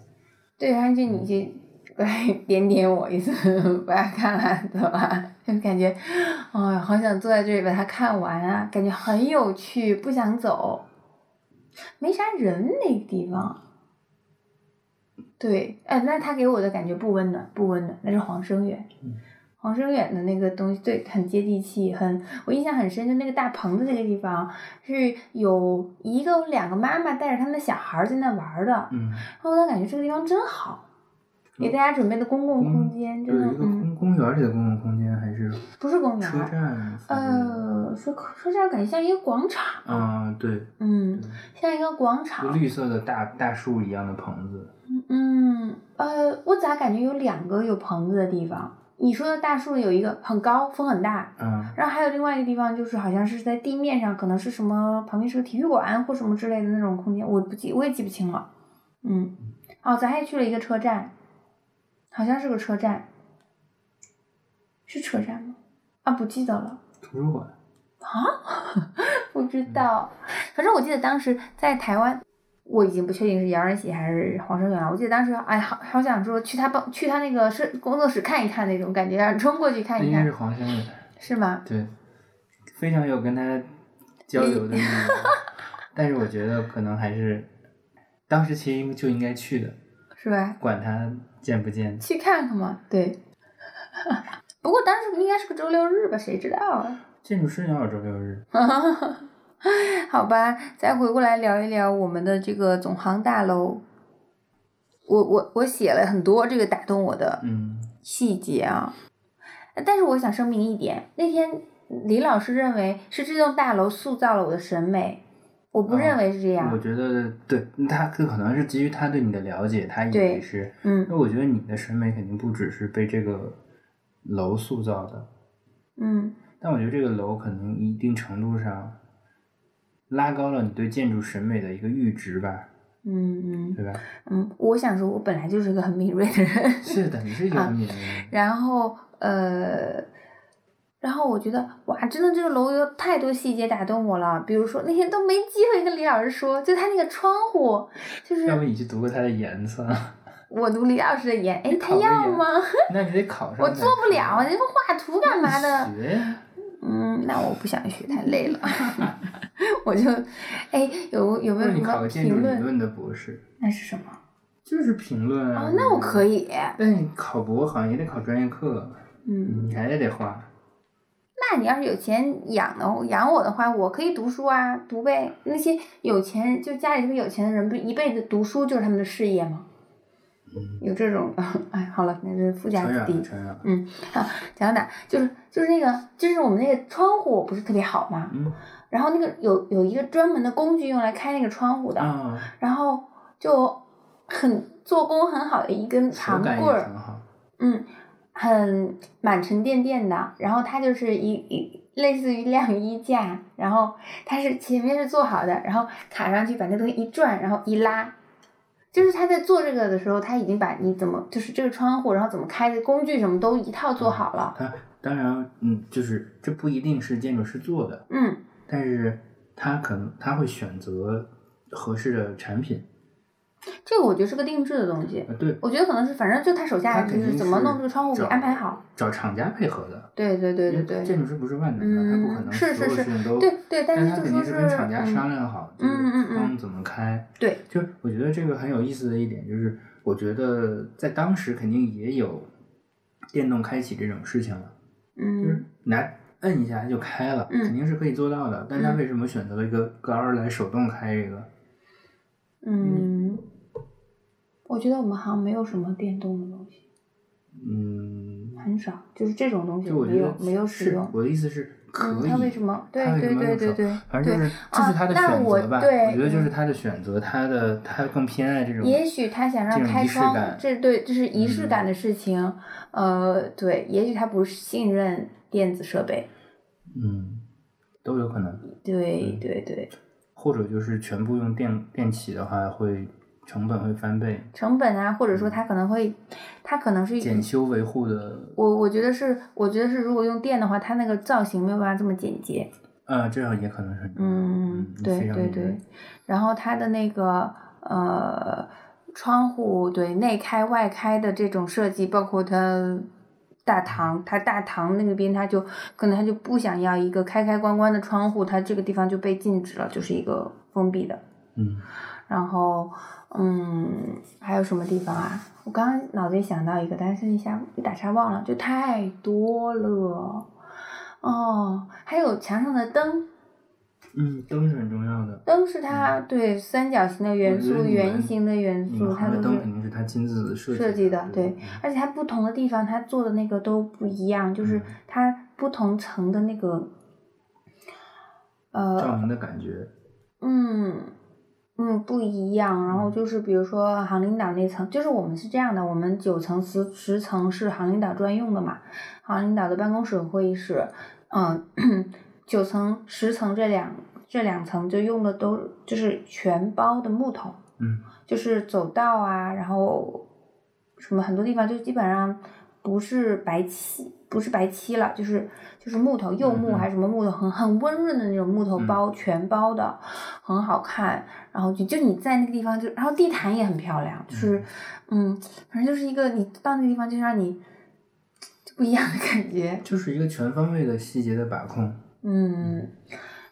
S3: 对，然后就你去来点点我一次， 不要看了，走吧？就感觉，哎、好想坐在这里把它看完啊，感觉很有趣，不想走，没啥人那个地方。对，哎，那他给我的感觉不温暖，不温暖，那是黄生远
S2: 嗯。
S3: 黄生远的那个东西，对，很接地气，很我印象很深，就那个大棚子这个地方，是有一个两个妈妈带着他们的小孩儿在那玩儿的，
S2: 嗯，
S3: 然后我当时感觉这个地方真好，给大家准备的公共
S2: 公
S3: 空间，
S2: 对
S3: 真的，
S2: 一个
S3: 嗯，
S2: 公公园里的公共空间还是
S3: 不是公园
S2: 车
S3: 儿，
S2: 站啊嗯附近的，
S3: 呃，说说这样感觉像一个广场，
S2: 啊对，
S3: 嗯，
S2: 对
S3: 像一个广
S2: 就
S3: 场，
S2: 绿色的大大树一样的棚子，
S3: 嗯，呃，我咋感觉有两个有棚子的地方？你说的大树有一个很高，风很大，
S2: 嗯
S3: 然后还有另外一个地方就是好像是在地面上，可能是什么旁边是个体育馆或什么之类的那种空间，我不记我也记不清了，嗯，哦，咱还去了一个车站，好像是个车站，是车站吗？啊，不记得了。
S2: 图书馆，
S3: 不知道，反正我记得当时在台湾，我已经不确定是杨仁喜还是黄生远了。我记得当时，哎，好好想说去他帮去他那个是工作室看一看那种感觉，让冲过去
S2: 那
S3: 看一
S2: 应该
S3: 看，
S2: 是
S3: 是
S2: 黄生远，
S3: 吗？
S2: 对，非常有跟他交流 的欲望，但是我觉得可能还是当时其实就应该去的，
S3: 是吧？
S2: 管他见不见，
S3: 去看看嘛，对。 不过当时应该是个周六日吧，谁知道啊？
S2: 建筑师哪有周六日？
S3: 好吧，再回过来聊一聊我们的这个总行大楼。我我我写了很多这个打动我的
S2: 嗯
S3: 细节啊。但是我想声明一点，那天李老师认为是这栋大楼塑造了我的审美，我不
S2: 哦
S3: 认为是这样。
S2: 我觉得对，他这可能是基于他对你的了解，他以
S3: 对
S2: 为是。
S3: 嗯
S2: 那我觉得你的审美肯定不只是被这个楼塑造的，
S3: 嗯
S2: 但我觉得这个楼可能一定程度上拉高了你对建筑审美的一个阈值吧，
S3: 嗯嗯
S2: 对吧？
S3: 嗯，我想说，我本来就是一个很敏锐的人。
S2: 是的，你是一个很敏锐的人。
S3: 然后呃，然后我觉得哇，真的这个楼有太多细节打动我了。比如说那天都没机会跟李老师说，就他那个窗户，就是
S2: 要不你去读过它的颜色，
S3: 我读李老师的研，哎，他
S2: 考个
S3: 要
S2: 研
S3: 吗？
S2: 那你得考上。
S3: 我做不了，啊，，那个画图干嘛的？
S2: 学呀，
S3: 嗯，那我不想学，太累了。 我就，哎，有有
S2: 或者
S3: 没有什
S2: 你考
S3: 么
S2: 个建筑
S3: 评
S2: 理
S3: 论？
S2: 论嗯的博士，
S3: 那是什么？
S2: 就是评论啊。
S3: 哦，那我可
S2: 以。
S3: 以。
S2: 但你考博好像也得考专业课，
S3: 嗯，
S2: 你还得得画。
S3: 那你要是有钱养的养我的话，我可以读书啊，读呗。那些有钱人，就家里特别有钱的人，不是一辈子读书就是他们的事业吗？
S2: 嗯
S3: 有这种， 哎，好了，那是富家
S2: 传
S3: 子
S2: 染
S3: 弟
S2: 了，。传染了。
S3: 嗯，好，讲到哪？就是就是那个，就是我们那个窗户不是特别好吗？
S2: 嗯
S3: 然后那
S2: 嗯哦
S3: 个有有一个专门的工具用来开那个窗户的。
S2: 啊，
S3: 然后就很做工很好的一根
S2: 手
S3: 长
S2: 感
S3: 棍
S2: 也
S3: 儿
S2: 挺，好。
S3: 嗯，很满沉甸甸的，然后它就是一一类似于晾衣架，然后它是前面是做好的，然后卡上去把那东西一转，然后一拉，就是他在做这个的时候，他已经把你怎么就是这个窗户，然后怎么开的工具什么都一套做好了，
S2: 它当然，嗯，就是这不一定是建筑师做的，
S3: 嗯
S2: 但是他可能他会选择合适的产品。
S3: 这个我觉得是个定制的东西，
S2: 呃，对，
S3: 我觉得可能是反正就他手
S2: 他
S3: 下就
S2: 肯定
S3: 是
S2: 是
S3: 怎么弄这个窗户给
S2: 找
S3: 安排好，，
S2: 找厂家配合的。
S3: 对对对对
S2: 因为
S3: 对
S2: 建筑师不是万能的，他不可
S3: 嗯
S2: 能所
S3: 是是
S2: 有
S3: 是
S2: 事情都
S3: 对对但
S2: 但
S3: 是
S2: 他
S3: 就
S2: 肯
S3: 说
S2: 定跟
S3: 是
S2: 厂家
S3: 嗯
S2: 商量好，这
S3: 嗯嗯嗯
S2: 个窗怎么开。
S3: 对，
S2: 就是我觉得这个很有意思的一点，就是我觉得在当时肯定也有电动开启这种事情了。就是
S3: 嗯
S2: 拿摁一下它就开了，
S3: 嗯
S2: 肯定是可以做到的。但他
S3: 嗯
S2: 为什么选择了一个杆儿来手动开这个？
S3: 嗯，我觉得我们好像没有什么电动的东西。
S2: 嗯，
S3: 很少，就是这种东西
S2: 就我觉
S3: 没有
S2: 得
S3: 没有使
S2: 是
S3: 用。
S2: 我的意思是可以。
S3: 嗯，他为什么？对
S2: 它为什
S3: 对
S2: 么
S3: 对
S2: 用
S3: 对
S2: 手
S3: 对，
S2: 反正
S3: 对
S2: 就是这是他的
S3: 啊那
S2: 选
S3: 我
S2: 择吧，
S3: 对
S2: 觉得就
S3: 嗯
S2: 是他的选择，他的他更偏爱这种，
S3: 也许他想让
S2: 这种
S3: 开
S2: 仪式
S3: 窗
S2: 感，嗯
S3: 这对这是仪式感的事情。呃，对，也许他不信任电子设备。
S2: 嗯，都有可能，
S3: 对对对，
S2: 或者就是全部用电电起的话，会成本会翻倍，
S3: 成本啊，或者
S2: 嗯
S3: 说他可能会，他可能是
S2: 检修维护的，
S3: 我我觉得是，我觉得是，如果用电的话，它那个造型没有办法这么简洁。
S2: 呃，这样也可能是，
S3: 嗯
S2: 嗯，你
S3: 对
S2: 非常
S3: 对
S2: 敏锐
S3: 对，然后它的那个呃窗户对内开外开的这种设计，包括它大堂，它大堂那个边它就可能它就不想要一个开开关关的窗户，它这个地方就被禁止了，就是一个封闭的。
S2: 嗯，
S3: 然后嗯，还有什么地方啊？我刚刚脑子里想到一个，但是一下一打岔忘了，就太多了。哦，还有墙上的灯，
S2: 嗯，灯是很重要的，
S3: 灯是它对三角形的元素、
S2: 嗯我觉得你们
S3: 圆形的元
S2: 你
S3: 素，
S2: 们
S3: 它
S2: 行的
S3: 都
S2: 灯
S3: 是
S2: 肯定是他亲自设
S3: 设
S2: 计
S3: 计的。对，而且它不同的地方，它做的那个都不一样，就是
S2: 嗯
S3: 它不同层的那个，
S2: 嗯照
S3: 呃，
S2: 明的感觉，
S3: 嗯。嗯，不一样。
S2: 嗯
S3: 然后就是，比如说航领岛那层，就是我们是这样的，我们九层十十层是航领岛专用的嘛，航领导的办公室、会议室，嗯，九层、十层这两这两层就用的都就是全包的木头，
S2: 嗯，
S3: 就是走道啊，然后什么很多地方就基本上不是白漆，不是白漆了，就是就是木头，柚
S2: 嗯
S3: 木
S2: 嗯
S3: 还是什么木头，很很温润的那种木头
S2: 嗯
S3: 包，全包的，很好看。然后就就你在那个地方就，然后地毯也很漂亮，就是嗯，反正就是一个你到那个地方就让你就不一样的感觉，
S2: 就是一个全方位的细节的把控，
S3: 嗯，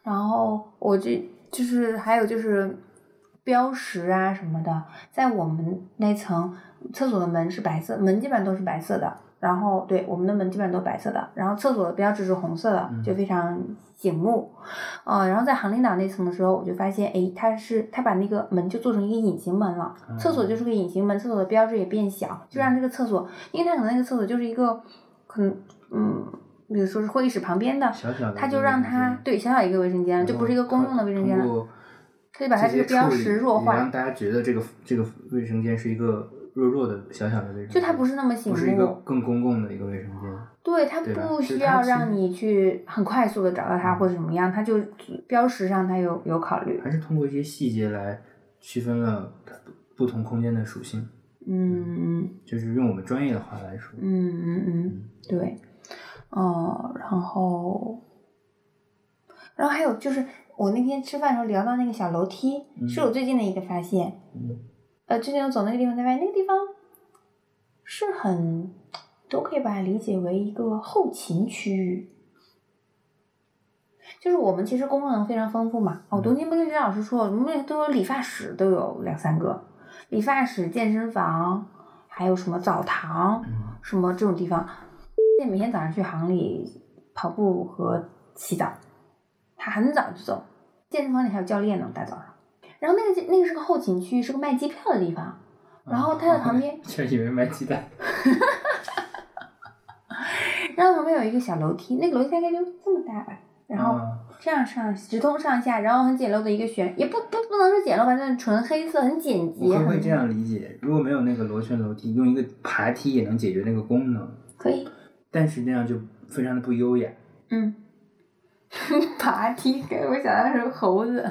S3: 然后我这就是还有就是标识啊什么的，在我们那层厕所的门是白色，门基本上都是白色的。然后对我们的门基本上都白色的，然后厕所的标志是红色的，
S2: 嗯
S3: 就非常醒目。呃，然后在航领岛那层的时候，我就发现，诶，它是它把那个门就做成一个隐形门了，
S2: 嗯
S3: 厕所就是个隐形门，厕所的标志也变小，就让这个厕所，因为它可能那个厕所就是一个，可能嗯，比如说是会议室旁边的，
S2: 小小的，
S3: 他就让他对小小一个卫生间，就不是一个公用的卫生间了。
S2: 了，
S3: 他就把它这个标识弱
S2: 也
S3: 化
S2: 让，大家觉得这个这个卫生间是一个弱弱的小小的卫生间，
S3: 就它不是那么醒
S2: 不是一个
S3: 目，
S2: 更公共的一个卫生间，
S3: 对它
S2: 对吧
S3: 不
S2: 就是
S3: 需
S2: 它
S3: 要
S2: 其
S3: 让
S2: 实
S3: 你去很快速的找到它
S2: 嗯
S3: 或者怎么样，它就标识上它有有考虑，
S2: 还是通过一些细节来区分了它不不同空间的属性，
S3: 嗯。
S2: 就是用我们专业的话来说，
S3: 嗯嗯嗯，对，哦，然后，然后还有就是，我那天吃饭的时候聊到那个小楼梯，
S2: 嗯
S3: 是我最近的一个发现。
S2: 嗯
S3: 呃，最近我走那个地方才发现，那个地方是很，都可以把它理解为一个后勤区域。就是我们其实功能非常丰富嘛。哦，东京布林学老师说，我们那都有理发室，都有两三个，理发室、健身房，还有什么澡堂，
S2: 嗯
S3: 什么这种地方。每天早上去行里跑步和洗澡，他很早就走，健身房里还有教练呢，大早上。然后那个那个是个后勤区，是个卖机票的地方。然后它的旁边，
S2: 就以为卖鸡蛋，
S3: 然后旁边有一个小楼梯，那个楼梯大概就这么大吧，然后
S2: 嗯
S3: 这样上直通上下，然后很简陋的一个旋，也不不不能说简陋吧，但是纯黑色，很简
S2: 我
S3: 洁，
S2: 可不可以
S3: 很
S2: 这样理解？如果没有那个螺旋楼梯，用一个爬梯也能解决那个功能，
S3: 可以，
S2: 但是那样就非常的不优雅。
S3: 嗯。爬梯，给我想到是猴子，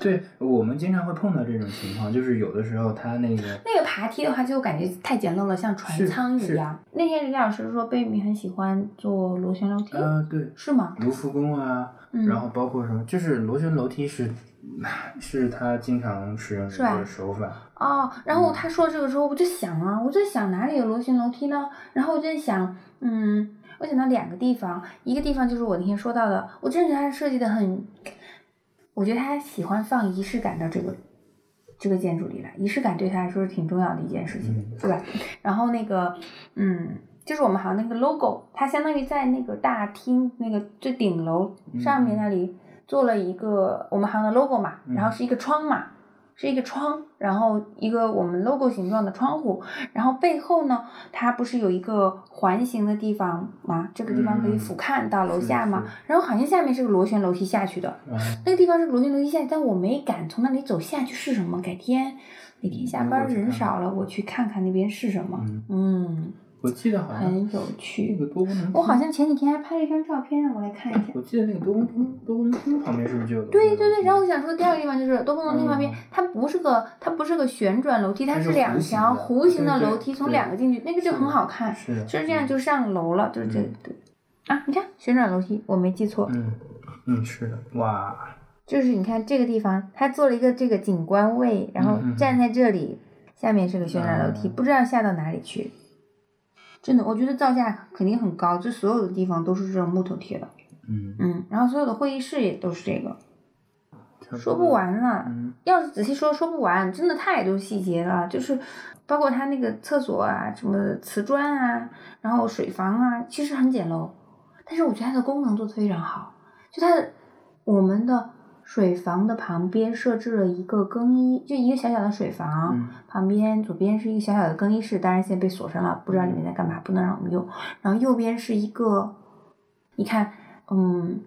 S2: 对我们经常会碰到这种情况，就是有的时候它那 个
S3: 那个爬梯的话就感觉太简陋了，像船
S2: 是
S3: 舱一
S2: 是
S3: 样。那天李老师说贝米很喜欢坐螺旋楼梯，
S2: 呃，对，
S3: 是吗？
S2: 卢浮宫啊，
S3: 嗯，
S2: 然后包括什么，就是螺旋楼梯是是他经常使用的一
S3: 是吧
S2: 个手法。
S3: 哦，然后
S2: 嗯
S3: 他说这个时候，我就想啊，我就想哪里有螺旋楼梯呢？然后我就在想，嗯，我想到两个地方，一个地方就是我那天说到的，我真的觉得他设计的很，我觉得他喜欢放仪式感到这个这个建筑里来，仪式感对他来说是挺重要的一件事情，
S2: 嗯
S3: 对吧？然后那个，嗯。就是我们好像那个 logo，它相当于在那个大厅那个最顶楼上面
S2: 嗯
S3: 那里做了一个我们行的 logo 嘛，
S2: 嗯
S3: 然后是一个窗嘛，是一个窗，然后一个我们 logo 形状的窗户，然后背后呢，它不是有一个环形的地方嘛？这个地方可以
S2: 嗯
S3: 俯瞰到楼
S2: 是
S3: 下嘛？
S2: 是
S3: 然后好像下面是个螺旋楼梯下去的，
S2: 啊，
S3: 那个地方是螺旋楼梯下去，但我没敢从那里走下去是什么？改天哪天下
S2: 嗯
S3: 班
S2: 我去
S3: 人
S2: 看看
S3: 少了，我去看看那边是什么。
S2: 嗯，啊
S3: 嗯，
S2: 我记得好像
S3: 很有
S2: 那
S3: 趣。
S2: 个多功能，
S3: 我好。像前几天还拍了一张照片，让我来看一下。
S2: 我记得那个多功能多功能厅旁边是不是就有螺
S3: 对
S2: 旋
S3: 对
S2: 楼
S3: 对，
S2: 梯
S3: 然后我想说，第二个地方就是多功能厅旁边
S2: 嗯，
S3: 它不是个它不是个旋转楼梯，它
S2: 它是
S3: 是两
S2: 弧形
S3: 条
S2: 的
S3: 弧形的
S2: 对对
S3: 楼梯，从
S2: 对
S3: 两个进去，那个就是很
S2: 的
S3: 好看。
S2: 是的，
S3: 就是这样
S2: 嗯
S3: 就上楼了，就是这
S2: 嗯
S3: 对啊，你看旋转楼梯，我没记错，
S2: 嗯嗯是的，哇，
S3: 就是你看这个地方，它做了一个这个景观位，然后
S2: 嗯嗯嗯
S3: 站在这里，下面是个旋转楼梯，
S2: 嗯
S3: 不知道下到哪里去。真的，我觉得造价肯定很高，就所有的地方都是这种木头贴的，
S2: 嗯，
S3: 嗯，然后所有的会议室也都是这个，
S2: 差多
S3: 说不。完了。
S2: 嗯，
S3: 要是仔细说说不完，真的太多细节了，就是包括它那个厕所啊，什么瓷砖啊，然后水房啊，其实很简陋，但是我觉得它的功能做得非常好，就它的我们的水房的旁边设置了一个更衣，就一个小小的水房，
S2: 嗯
S3: 旁边左边是一个小小的更衣室，当然现在被锁上了，不知道里
S2: 嗯
S3: 面在干嘛，不能让我们用。然后右边是一个，你看，嗯，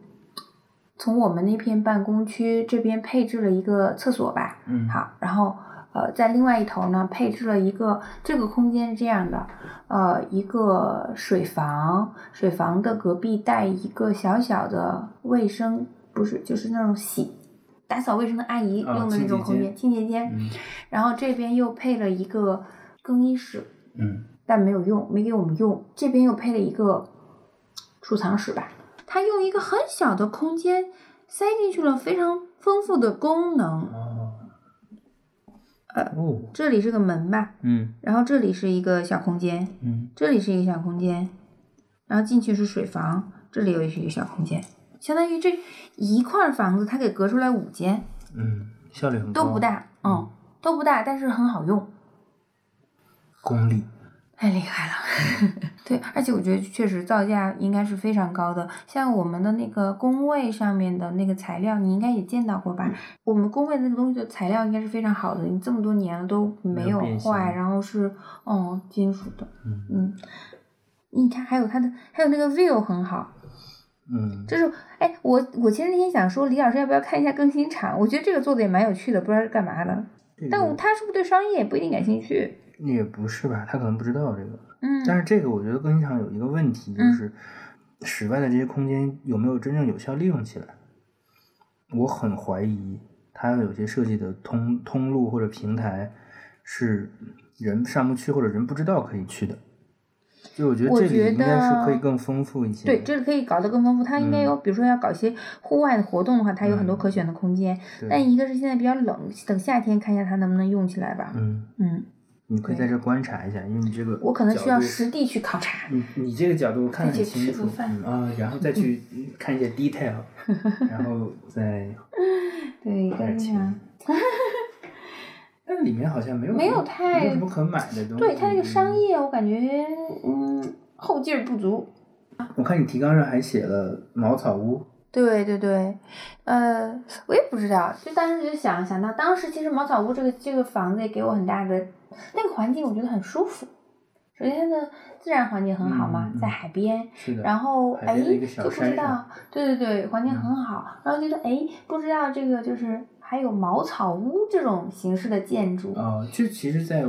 S3: 从我们那片办公区这边配置了一个厕所吧，
S2: 嗯，
S3: 好，然后呃，在另外一头呢配置了一个这个空间是这样的，呃，一个水房，水房的隔壁带一个小小的卫生，不是就是那种洗打扫卫生的阿姨
S2: 啊
S3: 用的那
S2: 清
S3: 种
S2: 洁
S3: 空间，
S2: 间
S3: 清洁间。
S2: 嗯
S3: 然后这边又配了一个更衣室，
S2: 嗯，
S3: 但没有用，没给我们用。这边又配了一个储藏室吧，它用一个很小的空间塞进去了非常丰富的功能。
S2: 哦，
S3: 呃
S2: 哦，
S3: 这里是个门吧，
S2: 嗯
S3: 然后这里是一个小空间，
S2: 嗯，
S3: 这里是一个小空间，然后进去是水房，这里又是一个小空间，相当于这一块房子它给隔出来五间，
S2: 嗯，效率很高，
S3: 都不，大，嗯，都不大，但是很好用。
S2: 功力，
S3: 太厉害了， 对，而且我觉得确实造价应该是非常高的。像我们的那个工位上面的那个材料，你应该也见到过
S2: 嗯
S3: 吧？我们工位那个东西的材料应该是非常好的，你这么多年了都没
S2: 没有
S3: 有
S2: 变形
S3: 坏，然后是哦金属的，
S2: 嗯
S3: 嗯，你看还有它的还有那个 view 很好，
S2: 嗯，
S3: 就是哎，我我其实那天想说李老师要不要看一下更新厂，我觉得这个做的也蛮有趣的，不知道是干嘛的，
S2: 这
S3: 但
S2: 个
S3: 我他是不是对商业也不一定感兴趣，
S2: 也不是吧，他可能不知道这个。
S3: 嗯，
S2: 但是这个我觉得更衣厂有一个问题，就
S3: 嗯
S2: 是室外的这些空间有没有真正有效利用起来？我很怀疑它有些设计的通通路或者平台是人上不去或者人不知道可以去的。就我觉得
S3: 我
S2: 这里
S3: 觉
S2: 应该是可以
S3: 得
S2: 更丰富一些。
S3: 对，这里可以搞得更丰富。它应该有，比如说要搞一些户外的活动的话，它有很多
S2: 嗯
S3: 可选的空间。
S2: 对
S3: 但一个是现在比较冷，等夏天看一下它能不能用起来吧。
S2: 嗯，
S3: 嗯，
S2: 你可以在这观察一下，因为你这个
S3: 我可能需
S2: 角
S3: 要
S2: 度
S3: 实地去考察。
S2: 你你这个角度看得
S3: 再
S2: 很
S3: 去吃
S2: 清楚
S3: 个饭
S2: 嗯啊，然后再 去嗯看一些 detail，然后再
S3: 对，
S2: 花点
S3: 跟上
S2: 钱。但里面好像没有
S3: 嗯没
S2: 什么
S3: 有太
S2: 没有什么可买的东西。
S3: 对它那个商业，我感觉嗯后劲儿不足。
S2: 嗯，我看你提纲上还写了茅草屋，
S3: 对对对，呃，我也不知道，就当时就想想到，当时其实茅草屋这个这个房子也给我很大的那个环境，我觉得很舒服，首先它的自然环境很好嘛，
S2: 嗯嗯嗯
S3: 在海边，
S2: 是的，
S3: 然后
S2: 海
S3: 哎
S2: 边的一个
S3: 就
S2: 小
S3: 不知
S2: 山
S3: 道
S2: 上，，
S3: 对对对，环境
S2: 嗯
S3: 很好，然后觉得哎不知道这个就是还有茅草屋这种形式的建筑，
S2: 哦，这其实，在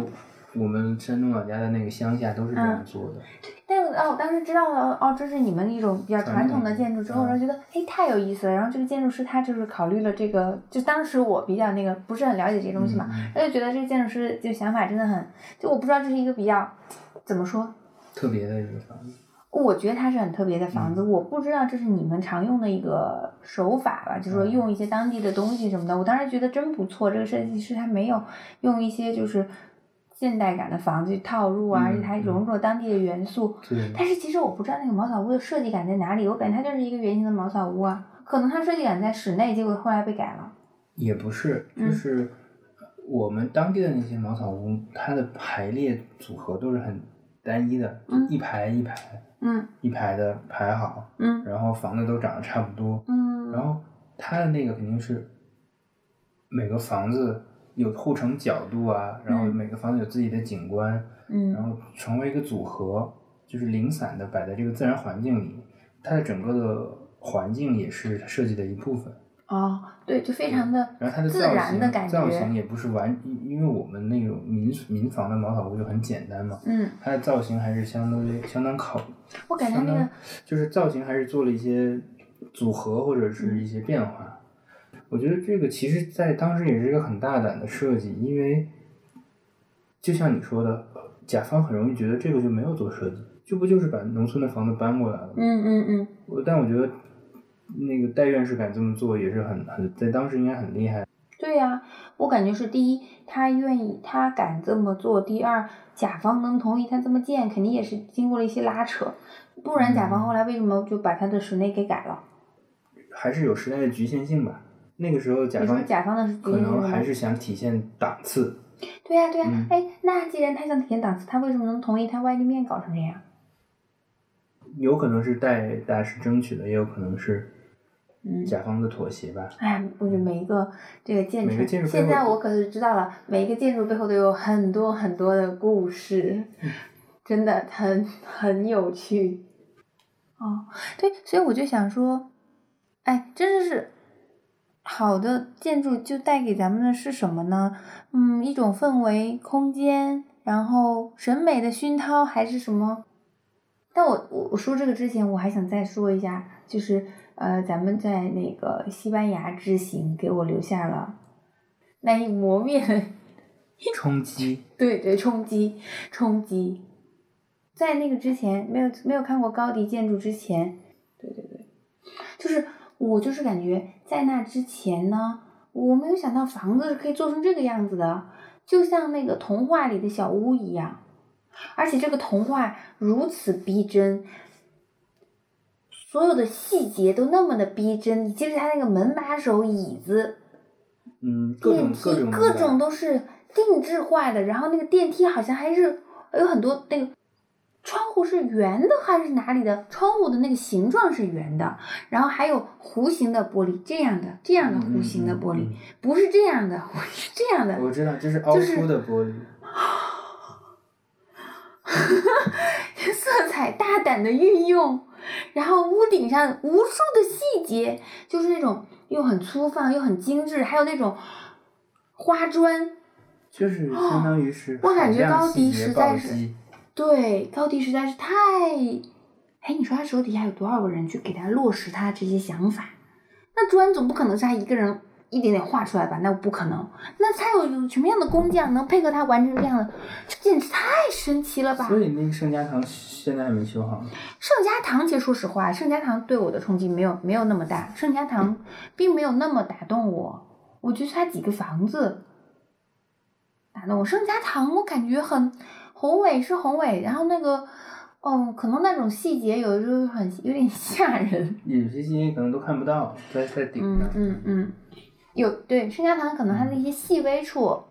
S2: 我们山东老家的那个乡下都是这样做的，
S3: 但是哦，我当时知道了哦，这是你们一种比较
S2: 传
S3: 传统的
S2: 统
S3: 建筑之后，
S2: 嗯
S3: 然后觉得哎太有意思了。然后这个建筑师他就是考虑了这个，就当时我比较那个不是很了解这些东西嘛，
S2: 嗯嗯
S3: 他就觉得这个建筑师就想法真的很，就我不知道这是一个比较怎么说，
S2: 特别的一个房子。
S3: 我觉得它是很特别的房
S2: 嗯
S3: 子，我不知道这是你们常用的一个手法吧，就是说
S2: 嗯
S3: 用一些当地的东西什么的。我当时觉得真不错，这个设计师他没有用一些就是现代感的房子去套入啊，
S2: 嗯
S3: 而且还融入了当地的元素。
S2: 对，
S3: 但是其实我不知道那个茅草屋的设计感在哪里，我感觉它就是一个圆形的茅草屋啊，可能它设计感在室内，结果后来被改了。
S2: 也不是，就
S3: 嗯
S2: 是我们当地的那些茅草屋，它的排列组合都是很单一的，就
S3: 嗯
S2: 一排一排
S3: 嗯
S2: 一排的排好，
S3: 嗯
S2: 然后房子都长得差不多，
S3: 嗯，
S2: 然后它的那个肯定是每个房子有护城角度啊，然后
S3: 嗯
S2: 每个房子有自己的景观，然
S3: 嗯
S2: 后成为一个组合，就是零散的摆在这个自然环境里，它的整个的环境也是设计的一部分。
S3: 哦，对，就非常的
S2: 嗯然后它的
S3: 自
S2: 造
S3: 然
S2: 型
S3: 的感
S2: 造型
S3: 觉。
S2: 也不是完，因因为我们那种民宿民房的茅草屋就很简单嘛，
S3: 嗯，
S2: 它的造型还是相当于相当考，
S3: 我感觉
S2: 相
S3: 那
S2: 当
S3: 个
S2: 就是造型还是做了一些组合或者
S3: 嗯
S2: 是一些变化。我觉得这个其实，在当时也是一个很大胆的设计，因为就像你说的，甲方很容易觉得这个就没有做设计，这不就是把农村的房子搬过来了吗？
S3: 嗯嗯嗯，
S2: 我但我觉得那个带院士敢这么做也是很很在当时应该很厉害。
S3: 对呀、我感觉是第一，他愿意，他敢这么做；第二，甲方能同意他这么建，肯定也是经过了一些拉扯，不然甲方
S2: 嗯
S3: 后来为什么就把他的室内给改了？
S2: 还是有时代的局限性吧。那个时候甲
S3: 你说
S2: 方
S3: 甲方的局限
S2: 可
S3: 性
S2: 能
S3: 吗
S2: 还是想体现档次，
S3: 对呀、对呀、
S2: 嗯
S3: 哎、那既然他想体现档次，他为什么能同意他外立面搞成这样？
S2: 有可能是代大师争取的，也有可能是
S3: 嗯，
S2: 甲方的妥协吧。
S3: 哎，我觉得每一个这个建
S2: 每个
S3: 筑，
S2: 建筑背
S3: 现
S2: 后
S3: 在
S2: 都
S3: 我可是知道了，每一个建筑背后都有很多很多的故事，
S2: 嗯
S3: 真的很很有趣。哦，对，所以我就想说，哎，真的是好的建筑就带给咱们的是什么呢？嗯，一种氛围、空间，然后审美的熏陶，还是什么？但我我我说这个之前，我还想再说一下，就是呃，咱们在那个西班牙之行给我留下了难以磨灭的
S2: 冲击，
S3: 对对冲击冲击。在那个之前，没有没有看过高迪建筑之前，对对对，就是我就是感觉在那之前呢，我没有想到房子是可以做成这个样子的，就像那个童话里的小屋一样，而且这个童话如此逼真。所有的细节都那么的逼真，即使他那个门把手、椅子，
S2: 嗯，各
S3: 电
S2: 种
S3: 梯
S2: 各种啊
S3: 各
S2: 的
S3: 种都是定制化的，然后那个电梯好像还是有很多那个窗户是圆的还是哪里的，窗户的那个形状是圆的，然后还有弧形的玻璃，这样的这样的
S2: 嗯
S3: 弧形的玻璃，
S2: 嗯
S3: 不是这样的， 是这样的
S2: 嗯，我知道这是凹
S3: 就是
S2: 凸的玻璃，
S3: 色彩大胆的运用，然后屋顶上无数的细节，就是那种又很粗放又很精致，还有那种花砖，
S2: 就是相当于是
S3: 哦我感
S2: 海
S3: 觉
S2: 量
S3: 高迪
S2: 细节
S3: 实
S2: 暴
S3: 在是
S2: 击，
S3: 对，高迪实在是太……哎，你说他手底下有多少个人去给他落实他这些想法？那砖总不可能是他一个人一点点画出来吧？那不可能。那他有有什么样的工匠能配合他完成这样的？这简直太神奇了吧！
S2: 所以那个盛家堂现在还没修好呢。
S3: 盛家堂，其实说实话，盛家堂对我的冲击没有没有那么大，盛家堂并没有那么打动我。我觉得它几个房子打动我，盛家堂我感觉很宏伟是宏伟，然后那个，嗯，可能那种细节有的时候很有点吓人。
S2: 有些细节可能都看不到，在在顶
S3: 嗯
S2: 上。
S3: 嗯嗯，有对盛家堂可能它的一些细微处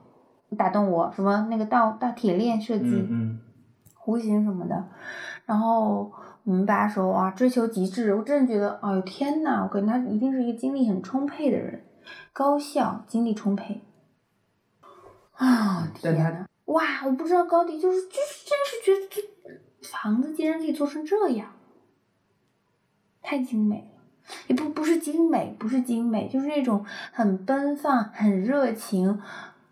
S3: 打动我，什么那个倒倒铁链设计，
S2: 嗯嗯，
S3: 弧形什么的，然后门把手啊，追求极致，我真的觉得，哎呦天呐，我感觉他一定是一个精力很充沛的人，高效，精力充沛。啊、
S2: 但
S3: 天
S2: 他
S3: 呐，哇，我不知道高迪就是就是真是觉得这房子竟然可以做成这样，太精美了。也不不是精美，不是精美，就是那种很奔放、很热情、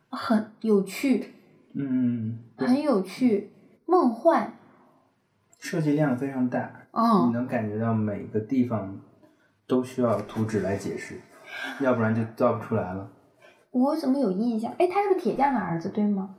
S3: 很有趣、
S2: 嗯，
S3: 很有趣、梦幻。
S2: 设计量非常大，你
S3: 嗯，
S2: 能感觉到每个地方都需要图纸来解释，要不然就造不出来了。
S3: 我怎么有印象？哎，他是个铁匠的儿子，对吗？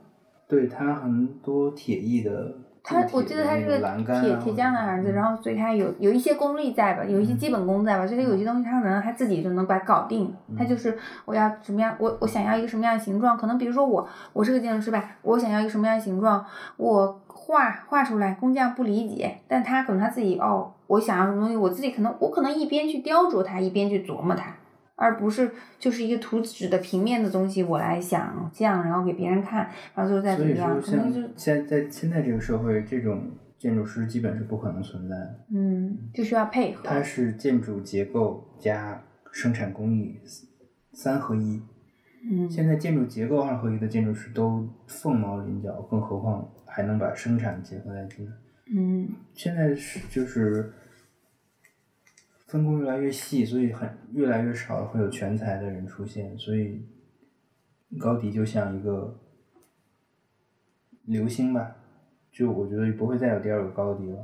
S2: 对它很多铁艺的，
S3: 他
S2: 铸
S3: 我
S2: 铁
S3: 记
S2: 的
S3: 得他
S2: 那
S3: 是
S2: 种
S3: 个
S2: 栏杆
S3: 铁
S2: 啊
S3: 铁匠的儿子，
S2: 嗯
S3: 然后所以他有有一些功力在吧，有一些基本功在吧，所以他
S2: 嗯
S3: 有些东西他可能他自己就能把它搞定。他就是我要什么样，我我想要一个什么样的形状，可能比如说我我是个建筑师吧，我想要一个什么样的形状，我画画出来，工匠不理解，但他可能他自己哦，我想要什么东西，我自己可能我可能一边去雕琢它，一边去琢磨它。而不是就是一个图纸的平面的东西，我来想象，然后给别人看，然后最后再怎
S2: 所
S3: 么
S2: 以
S3: 样，
S2: 说，
S3: 可能就
S2: 像现在在现在这个社会，这种建筑师基本是不可能存在的。
S3: 嗯，就需要配合。
S2: 它是建筑结构加生产工艺三合一。
S3: 嗯，
S2: 现在建筑结构二合一的建筑师都凤毛麟角，更何况还能把生产结合在一起。
S3: 嗯
S2: 现在是就是分工越来越细，所以很越来越少会有全才的人出现，所以高迪就像一个流星吧，就我觉得不会再有第二个高迪了。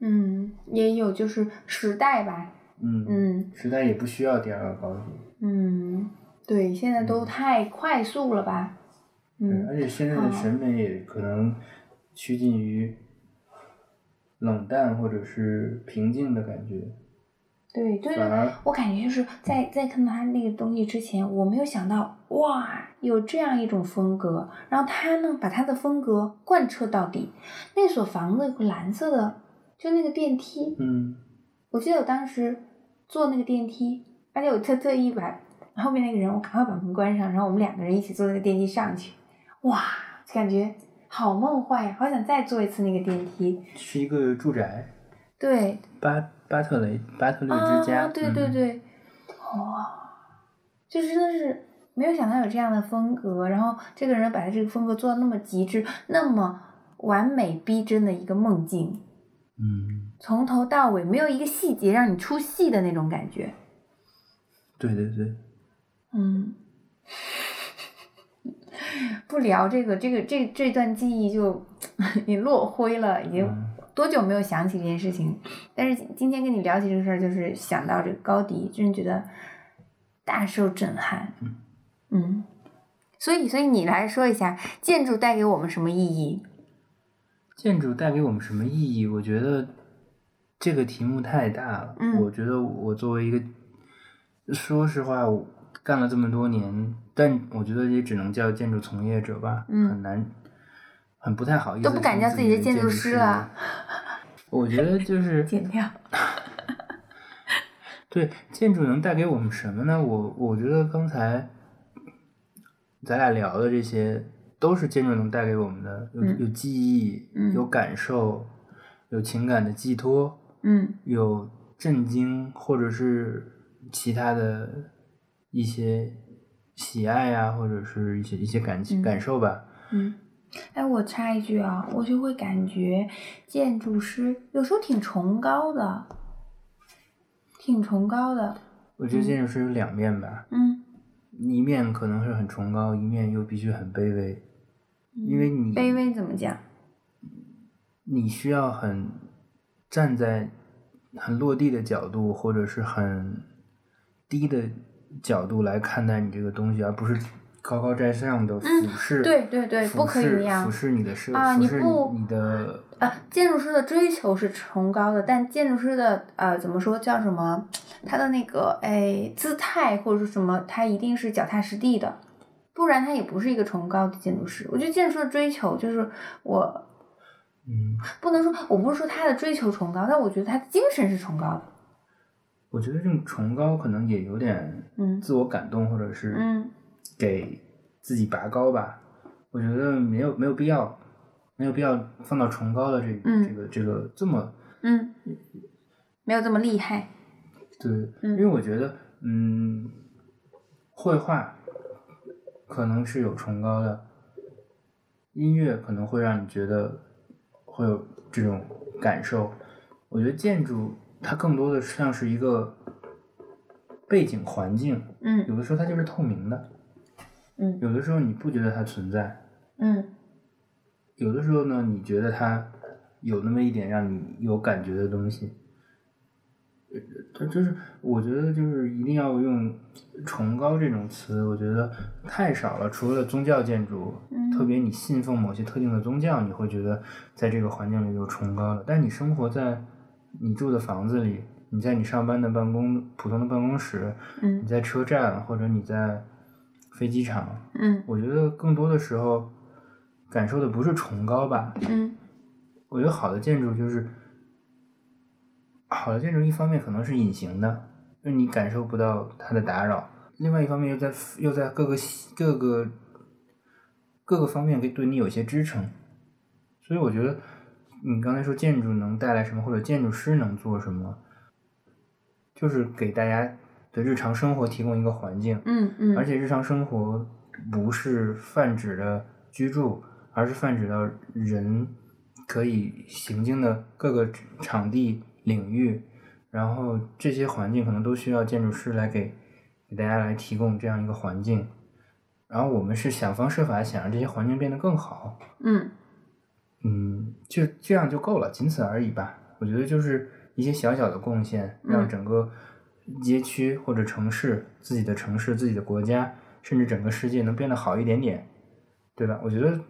S3: 嗯，也有就是时代吧。
S2: 嗯，
S3: 嗯
S2: 时代也不需要第二个高迪，
S3: 嗯，对，现在都太快速了吧？
S2: 对，
S3: 嗯
S2: 而且现在的审美也可能趋近于冷淡或者是平静的感觉，
S3: 对对
S2: 反
S3: 对，
S2: 而
S3: 我感觉就是在在看到他那个东西之前，我没有想到哇有这样一种风格，然后他呢把他的风格贯彻到底。那所房子有个蓝色的，就那个电梯，
S2: 嗯
S3: 我记得我当时坐那个电梯，而且我特特意把后面那个人，我赶快把门关上，然后我们两个人一起坐那个电梯上去，哇，感觉好梦幻呀，好想再坐一次那个电梯。
S2: 是一个住宅。
S3: 对，
S2: 巴巴特雷巴特勒
S3: 啊
S2: 之家，，
S3: 对对
S2: 嗯
S3: 对，哇，就真的是没有想到有这样的风格，然后这个人把他这个风格做到那么极致，那么完美逼真的一个梦境，
S2: 嗯，
S3: 从头到尾没有一个细节让你出戏的那种感觉。
S2: 对对对，
S3: 嗯，不聊这个，这个这这段记忆就 也落灰了，已经
S2: 嗯
S3: 多久没有想起这件事情？但是今天跟你聊起这个事儿，就是想到这个高迪，真的觉得大受震撼。嗯，所以所以你来说一下，建筑带给我们什么意义？
S2: 建筑带给我们什么意义？我觉得这个题目太大了。
S3: 嗯
S2: 我觉得我作为一个，说实话，我干了这么多年，但我觉得也只能叫建筑从业者吧，
S3: 嗯
S2: 很难，很不太好意思
S3: 都不敢叫
S2: 称
S3: 自己的
S2: 建
S3: 建筑师
S2: 师
S3: 了。
S2: 我觉得就是
S3: 剪掉。
S2: 对建筑能带给我们什么呢？我我觉得刚才咱俩聊的这些，都是建筑能带给我们的，有、
S3: 嗯
S2: 有记忆，
S3: 嗯
S2: 有感受，有情感的寄托，
S3: 嗯
S2: 有震惊或者是其他的一些喜爱呀、或者是一些一些感情、
S3: 嗯
S2: 感受吧。
S3: 嗯。哎，我插一句啊，我就会感觉建筑师有时候挺崇高的，挺崇高的。
S2: 我觉得建筑师有两面吧，
S3: 嗯，
S2: 一面可能是很崇高，一面又必须很卑微，因为你
S3: 嗯卑微怎么讲？
S2: 你需要很站在很落地的角度，或者是很低的角度来看待你这个东西，而不是高高在上的俯视。
S3: 嗯对对对
S2: 俯
S3: 不可以
S2: 视
S3: 那样
S2: 俯视你的社，
S3: 啊
S2: 俯
S3: 你
S2: 视
S3: 不
S2: 你的
S3: 啊，建筑师的追求是崇高的，但建筑师的呃，怎么说叫什么？他的那个哎姿态或者是什么，他一定是脚踏实地的，不然他也不是一个崇高的建筑师。我觉得建筑师的追求就是我
S2: 嗯，
S3: 不能说，我不是说他的追求崇高，但我觉得他的精神是崇高的。
S2: 我觉得这种崇高可能也有点
S3: 嗯
S2: 自我感动，或者是
S3: 嗯
S2: 给自己拔高吧。我觉得没有没有必要，没有必要放到崇高的这
S3: 嗯
S2: 这个这个这么
S3: 嗯，没有这么厉害。
S2: 对，
S3: 嗯
S2: 因为我觉得，嗯，绘画可能是有崇高的，音乐可能会让你觉得会有这种感受。我觉得建筑它更多的像是一个背景环境，
S3: 嗯
S2: 有的时候它就是透明的，
S3: 嗯
S2: 有的时候你不觉得它存在，
S3: 嗯
S2: 有的时候呢，你觉得它有那么一点让你有感觉的东西。呃它就是，我觉得就是一定要用“崇高”这种词，我觉得太少了。除了宗教建筑，
S3: 嗯
S2: 特别你信奉某些特定的宗教，你会觉得在这个环境里有崇高的。但你生活在你住的房子里，你在你上班的办公普通的办公室，你
S3: 嗯
S2: 在车站或者你在飞机场，
S3: 嗯
S2: 我觉得更多的时候感受的不是崇高吧，
S3: 嗯
S2: 我觉得好的建筑就是，好的建筑一方面可能是隐形的，就你感受不到它的打扰；，另外一方面又在又在各个细各个各个方面给对你有些支撑，所以我觉得你刚才说建筑能带来什么，或者建筑师能做什么，就是给大家的日常生活提供一个环境，
S3: 嗯嗯，
S2: 而且日常生活不是泛指的居住，而是泛指到人可以行经的各个场地领域，然后这些环境可能都需要建筑师来给给大家来提供这样一个环境，然后我们是想方设法想让这些环境变得更好，
S3: 嗯
S2: 嗯，就这样就够了，仅此而已吧。我觉得就是一些小小的贡献，让
S3: 嗯
S2: 整个街区或者城市、自己的城市、自己的国家，甚至整个世界能变得好一点点，对吧？我觉得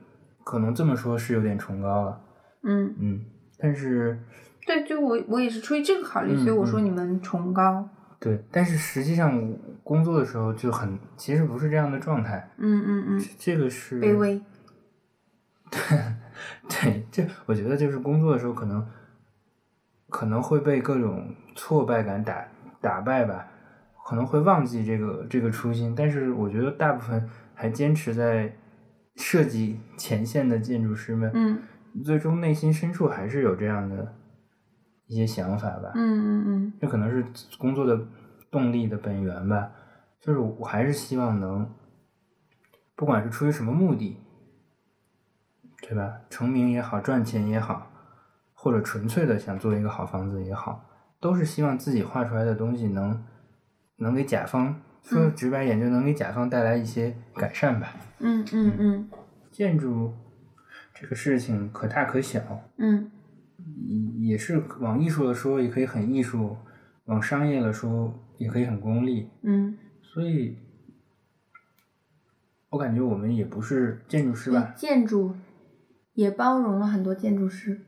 S2: 可能这么说是有点崇高了，
S3: 嗯，
S2: 嗯，但是
S3: 对，就我我也是出于这个考虑，
S2: 嗯
S3: 所以我说
S2: 嗯
S3: 你们崇高，
S2: 对，但是实际上我工作的时候就很，其实不是这样的状态，
S3: 嗯嗯嗯，
S2: 这个是
S3: 卑微，
S2: 对，这我觉得就是工作的时候可能可能会被各种挫败感打打败吧，可能会忘记这个这个初心。但是我觉得大部分还坚持在设计前线的建筑师们，
S3: 嗯
S2: 最终内心深处还是有这样的一些想法吧。
S3: 嗯嗯
S2: 这可能是工作的动力的本源吧。就是我还是希望能，不管是出于什么目的，对吧？成名也好，赚钱也好，或者纯粹的想做一个好房子也好，都是希望自己画出来的东西能能给甲方说
S3: 嗯
S2: 直白点，就能给甲方带来一些改善吧。
S3: 嗯嗯嗯
S2: 建筑这个事情可大可小，
S3: 嗯
S2: 也也是往艺术的说，也可以很艺术；往商业的说，也可以很功利。
S3: 嗯
S2: 所以，我感觉我们也不是建筑师吧
S3: 嗯，，建筑也包容了很多建筑师，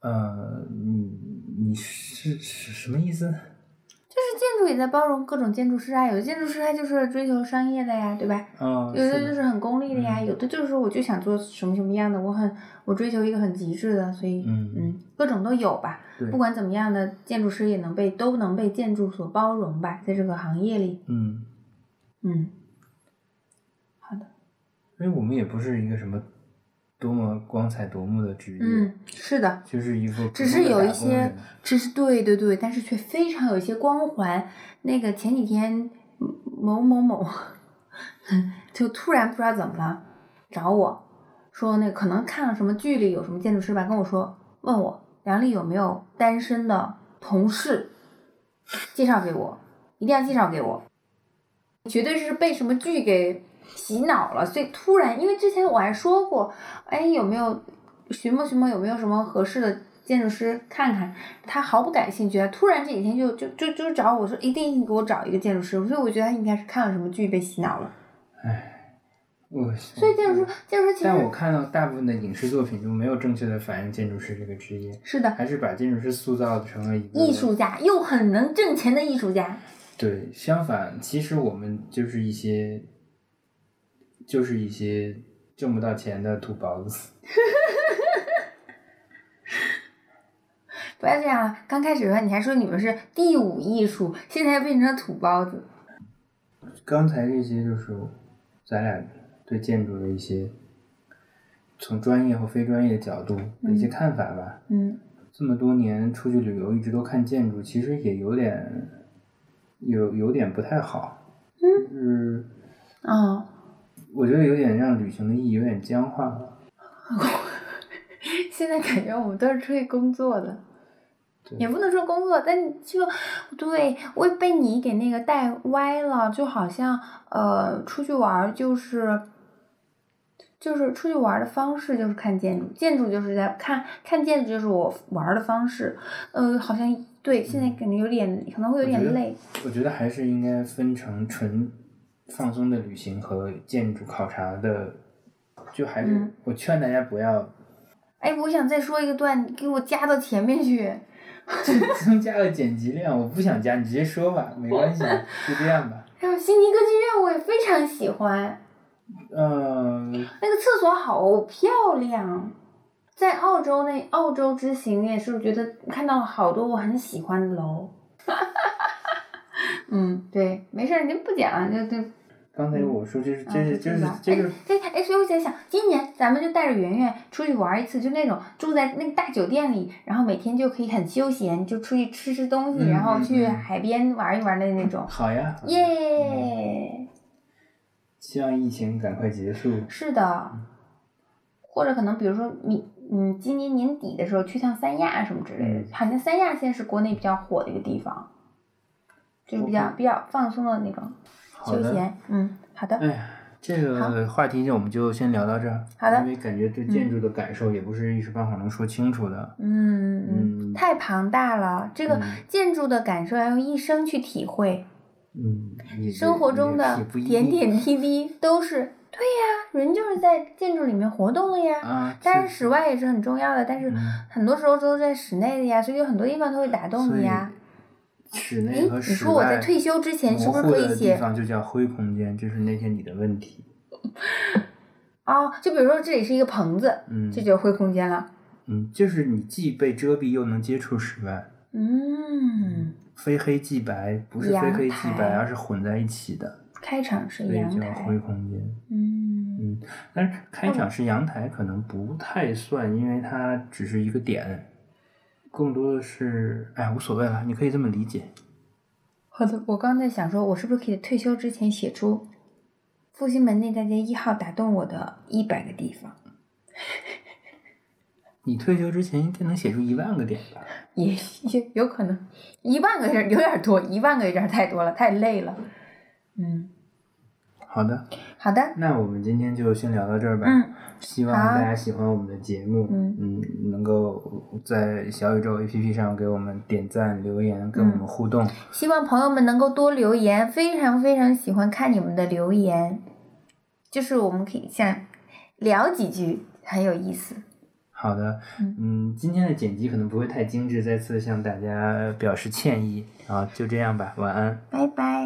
S3: 嗯
S2: 呃，你你是是什么意思？
S3: 就是建筑也在包容各种建筑师啊，有的建筑师他就是追求商业的呀，对吧？
S2: 啊、
S3: 有的就是
S2: 的，
S3: 很功利的呀，
S2: 嗯
S3: 有的就是说我就想做什么什么样的，我很我追求一个很极致的，所以
S2: 嗯
S3: 各种都有吧。
S2: 对，
S3: 不管怎么样的，建筑师也能被都能被建筑所包容吧，在这个行业里，
S2: 嗯，
S3: 嗯，
S2: 因为我们也不是一个什么多么光彩夺目的职业，
S3: 嗯，是的，
S2: 就是一副
S3: 只
S2: 普通
S3: 是
S2: 的
S3: 有
S2: 打
S3: 一
S2: 工
S3: 些
S2: 人，
S3: 只是对对对，但是却非常有一些光环。那个前几天嗯某某某就突然不知道怎么了找我说，那可能看了什么剧里有什么建筑师吧，跟我说问我梁丽有没有单身的同事，介绍给我，一定要介绍给我。绝对是被什么剧给洗脑了，所以突然，因为之前我还说过，哎，有没有寻摸寻摸有没有什么合适的建筑师看看？他毫不感兴趣，他突然这几天就就就就找我说，一定给我找一个建筑师，所以我觉得他应该是看了什么剧被洗脑了。
S2: 我
S3: 所以建筑师，建筑师
S2: 嗯
S3: 其
S2: 但我
S3: 实
S2: 看到大部分的影视作品中没有正确的反映建筑师这个职业，
S3: 是的，
S2: 还是把建筑师塑造成了一个
S3: 艺术家又很能挣钱的艺术家。
S2: 对，相反，其实我们就是一些，就是一些挣不到钱的土包子。
S3: 不要这样了，刚开始的时候你还说你们是第五艺术，现在变成了土包子。
S2: 刚才这些就是咱俩对建筑的一些从专业和非专业角度的一些
S3: 嗯
S2: 看法吧。
S3: 嗯
S2: 这么多年出去旅游，一直都看建筑，其实也有点有有点不太好。嗯，就是
S3: 哦，
S2: 我觉得有点让旅行的意义有点僵化了。
S3: 现在感觉我们都是出去工作的，
S2: 对
S3: 也不能说工作，但就对我也被你给那个带歪了，就好像呃出去玩儿就是。就是出去玩儿的方式就是看建筑，建筑就是在看看建筑就是我玩儿的方式，呃，好像对现在感觉有点可能会有
S2: 嗯我觉
S3: 点
S2: 得
S3: 累，
S2: 我觉得还是应该分成纯放松的旅行和建筑考察的，就还是、
S3: 嗯
S2: 我劝大家不要
S3: 哎，我想再说一个段，你给我加到前面去。
S2: 增加了剪辑量，我不想加，你直接说吧，没 关系，就这样吧。
S3: 还有悉尼歌剧院，我也非常喜欢，
S2: 嗯、
S3: 那个厕所好漂亮。在澳洲那澳洲之行也是觉得看到了好多我很喜欢的楼。 嗯，对，没事儿，您不讲啊，就就
S2: 刚才我说这是、这
S3: 嗯
S2: 是
S3: 就
S2: 这
S3: 这
S2: 是
S3: 样
S2: 这是
S3: 哎哎，所以我在想，今年咱们就带着圆圆出去玩一次，就那种住在那个大酒店里，然后每天就可以很休闲，就出去吃吃东西，
S2: 嗯
S3: 然后
S2: 嗯
S3: 去
S2: 嗯
S3: 海边玩一玩的那种。
S2: 好呀，好呀
S3: 耶、
S2: 希望疫情赶快结束。
S3: 是的，或者可能比如说你，嗯，今年年底的时候去趟三亚什么之类的，
S2: 嗯
S3: 好像三亚现在是国内比较火的一个地方，就是比较比较放松的那种
S2: 好
S3: 休
S2: 的。
S3: 闲。嗯，好的，
S2: 哎呀，这个话题我们就先聊到这儿。
S3: 好的
S2: 因为感觉对建筑的感受也不是一时半会儿能说清楚的。
S3: 嗯嗯，
S2: 嗯
S3: 太庞大了，这个
S2: 嗯
S3: 建筑的感受要用一生去体会，
S2: 嗯，也
S3: 生活中
S2: 也
S3: 的
S2: 不一
S3: 点
S2: 定
S3: 点滴滴都是。对呀，人就是在建筑里面活动了呀。
S2: 啊，
S3: 当然，室外也是很重要的，但是
S2: 嗯
S3: 很多时候都在室内的呀，所以有很多地方都会打动
S2: 所
S3: 你
S2: 以
S3: 呀。
S2: 室
S3: 哎，
S2: 内和
S3: 你
S2: 室
S3: 说我在
S2: 外
S3: 退休之前是
S2: 模
S3: 不是
S2: 糊
S3: 可以
S2: 的地
S3: 写
S2: 方就叫灰空间，这是那天你的问题。
S3: 啊、就比如说这里是一个棚子，
S2: 嗯
S3: 这就是灰空间了。
S2: 嗯，就是你既被遮蔽又能接触室外，
S3: 嗯，
S2: 非黑即白，不是非
S3: 阳
S2: 黑即白，
S3: 台
S2: 而是混在一起的，
S3: 开场是
S2: 所以
S3: 阳
S2: 叫灰
S3: 台。
S2: 空间。
S3: 嗯，
S2: 嗯，但是开场是阳台，可能不太算，因为它只是一个点，更多的是，哎，无所谓了，你可以这么理解。
S3: 好的。我刚才想说，我是不是可以退休之前写出复兴门那条街一号打动我的一百个地方？
S2: 你退休之前应该能写出一万个点吧？
S3: 也 也有可能，一万个有点有点多，一万个有点太多了，太累了。嗯，
S2: 好的，
S3: 好的，
S2: 那我们今天就先聊到这儿吧。
S3: 嗯，
S2: 希望
S3: 好
S2: 大家喜欢我们的节目，
S3: 嗯
S2: 能够在小宇宙 APP 上给我们点赞、留言，跟
S3: 嗯
S2: 我们互动。
S3: 希望朋友们能够多留言，非常非常喜欢看你们的留言，就是我们可以想聊几句，很有意思。
S2: 好的，
S3: 嗯
S2: 嗯，今天的剪辑可能不会太精致，再次向大家表示歉意啊，就这样吧，晚安。
S3: 拜拜。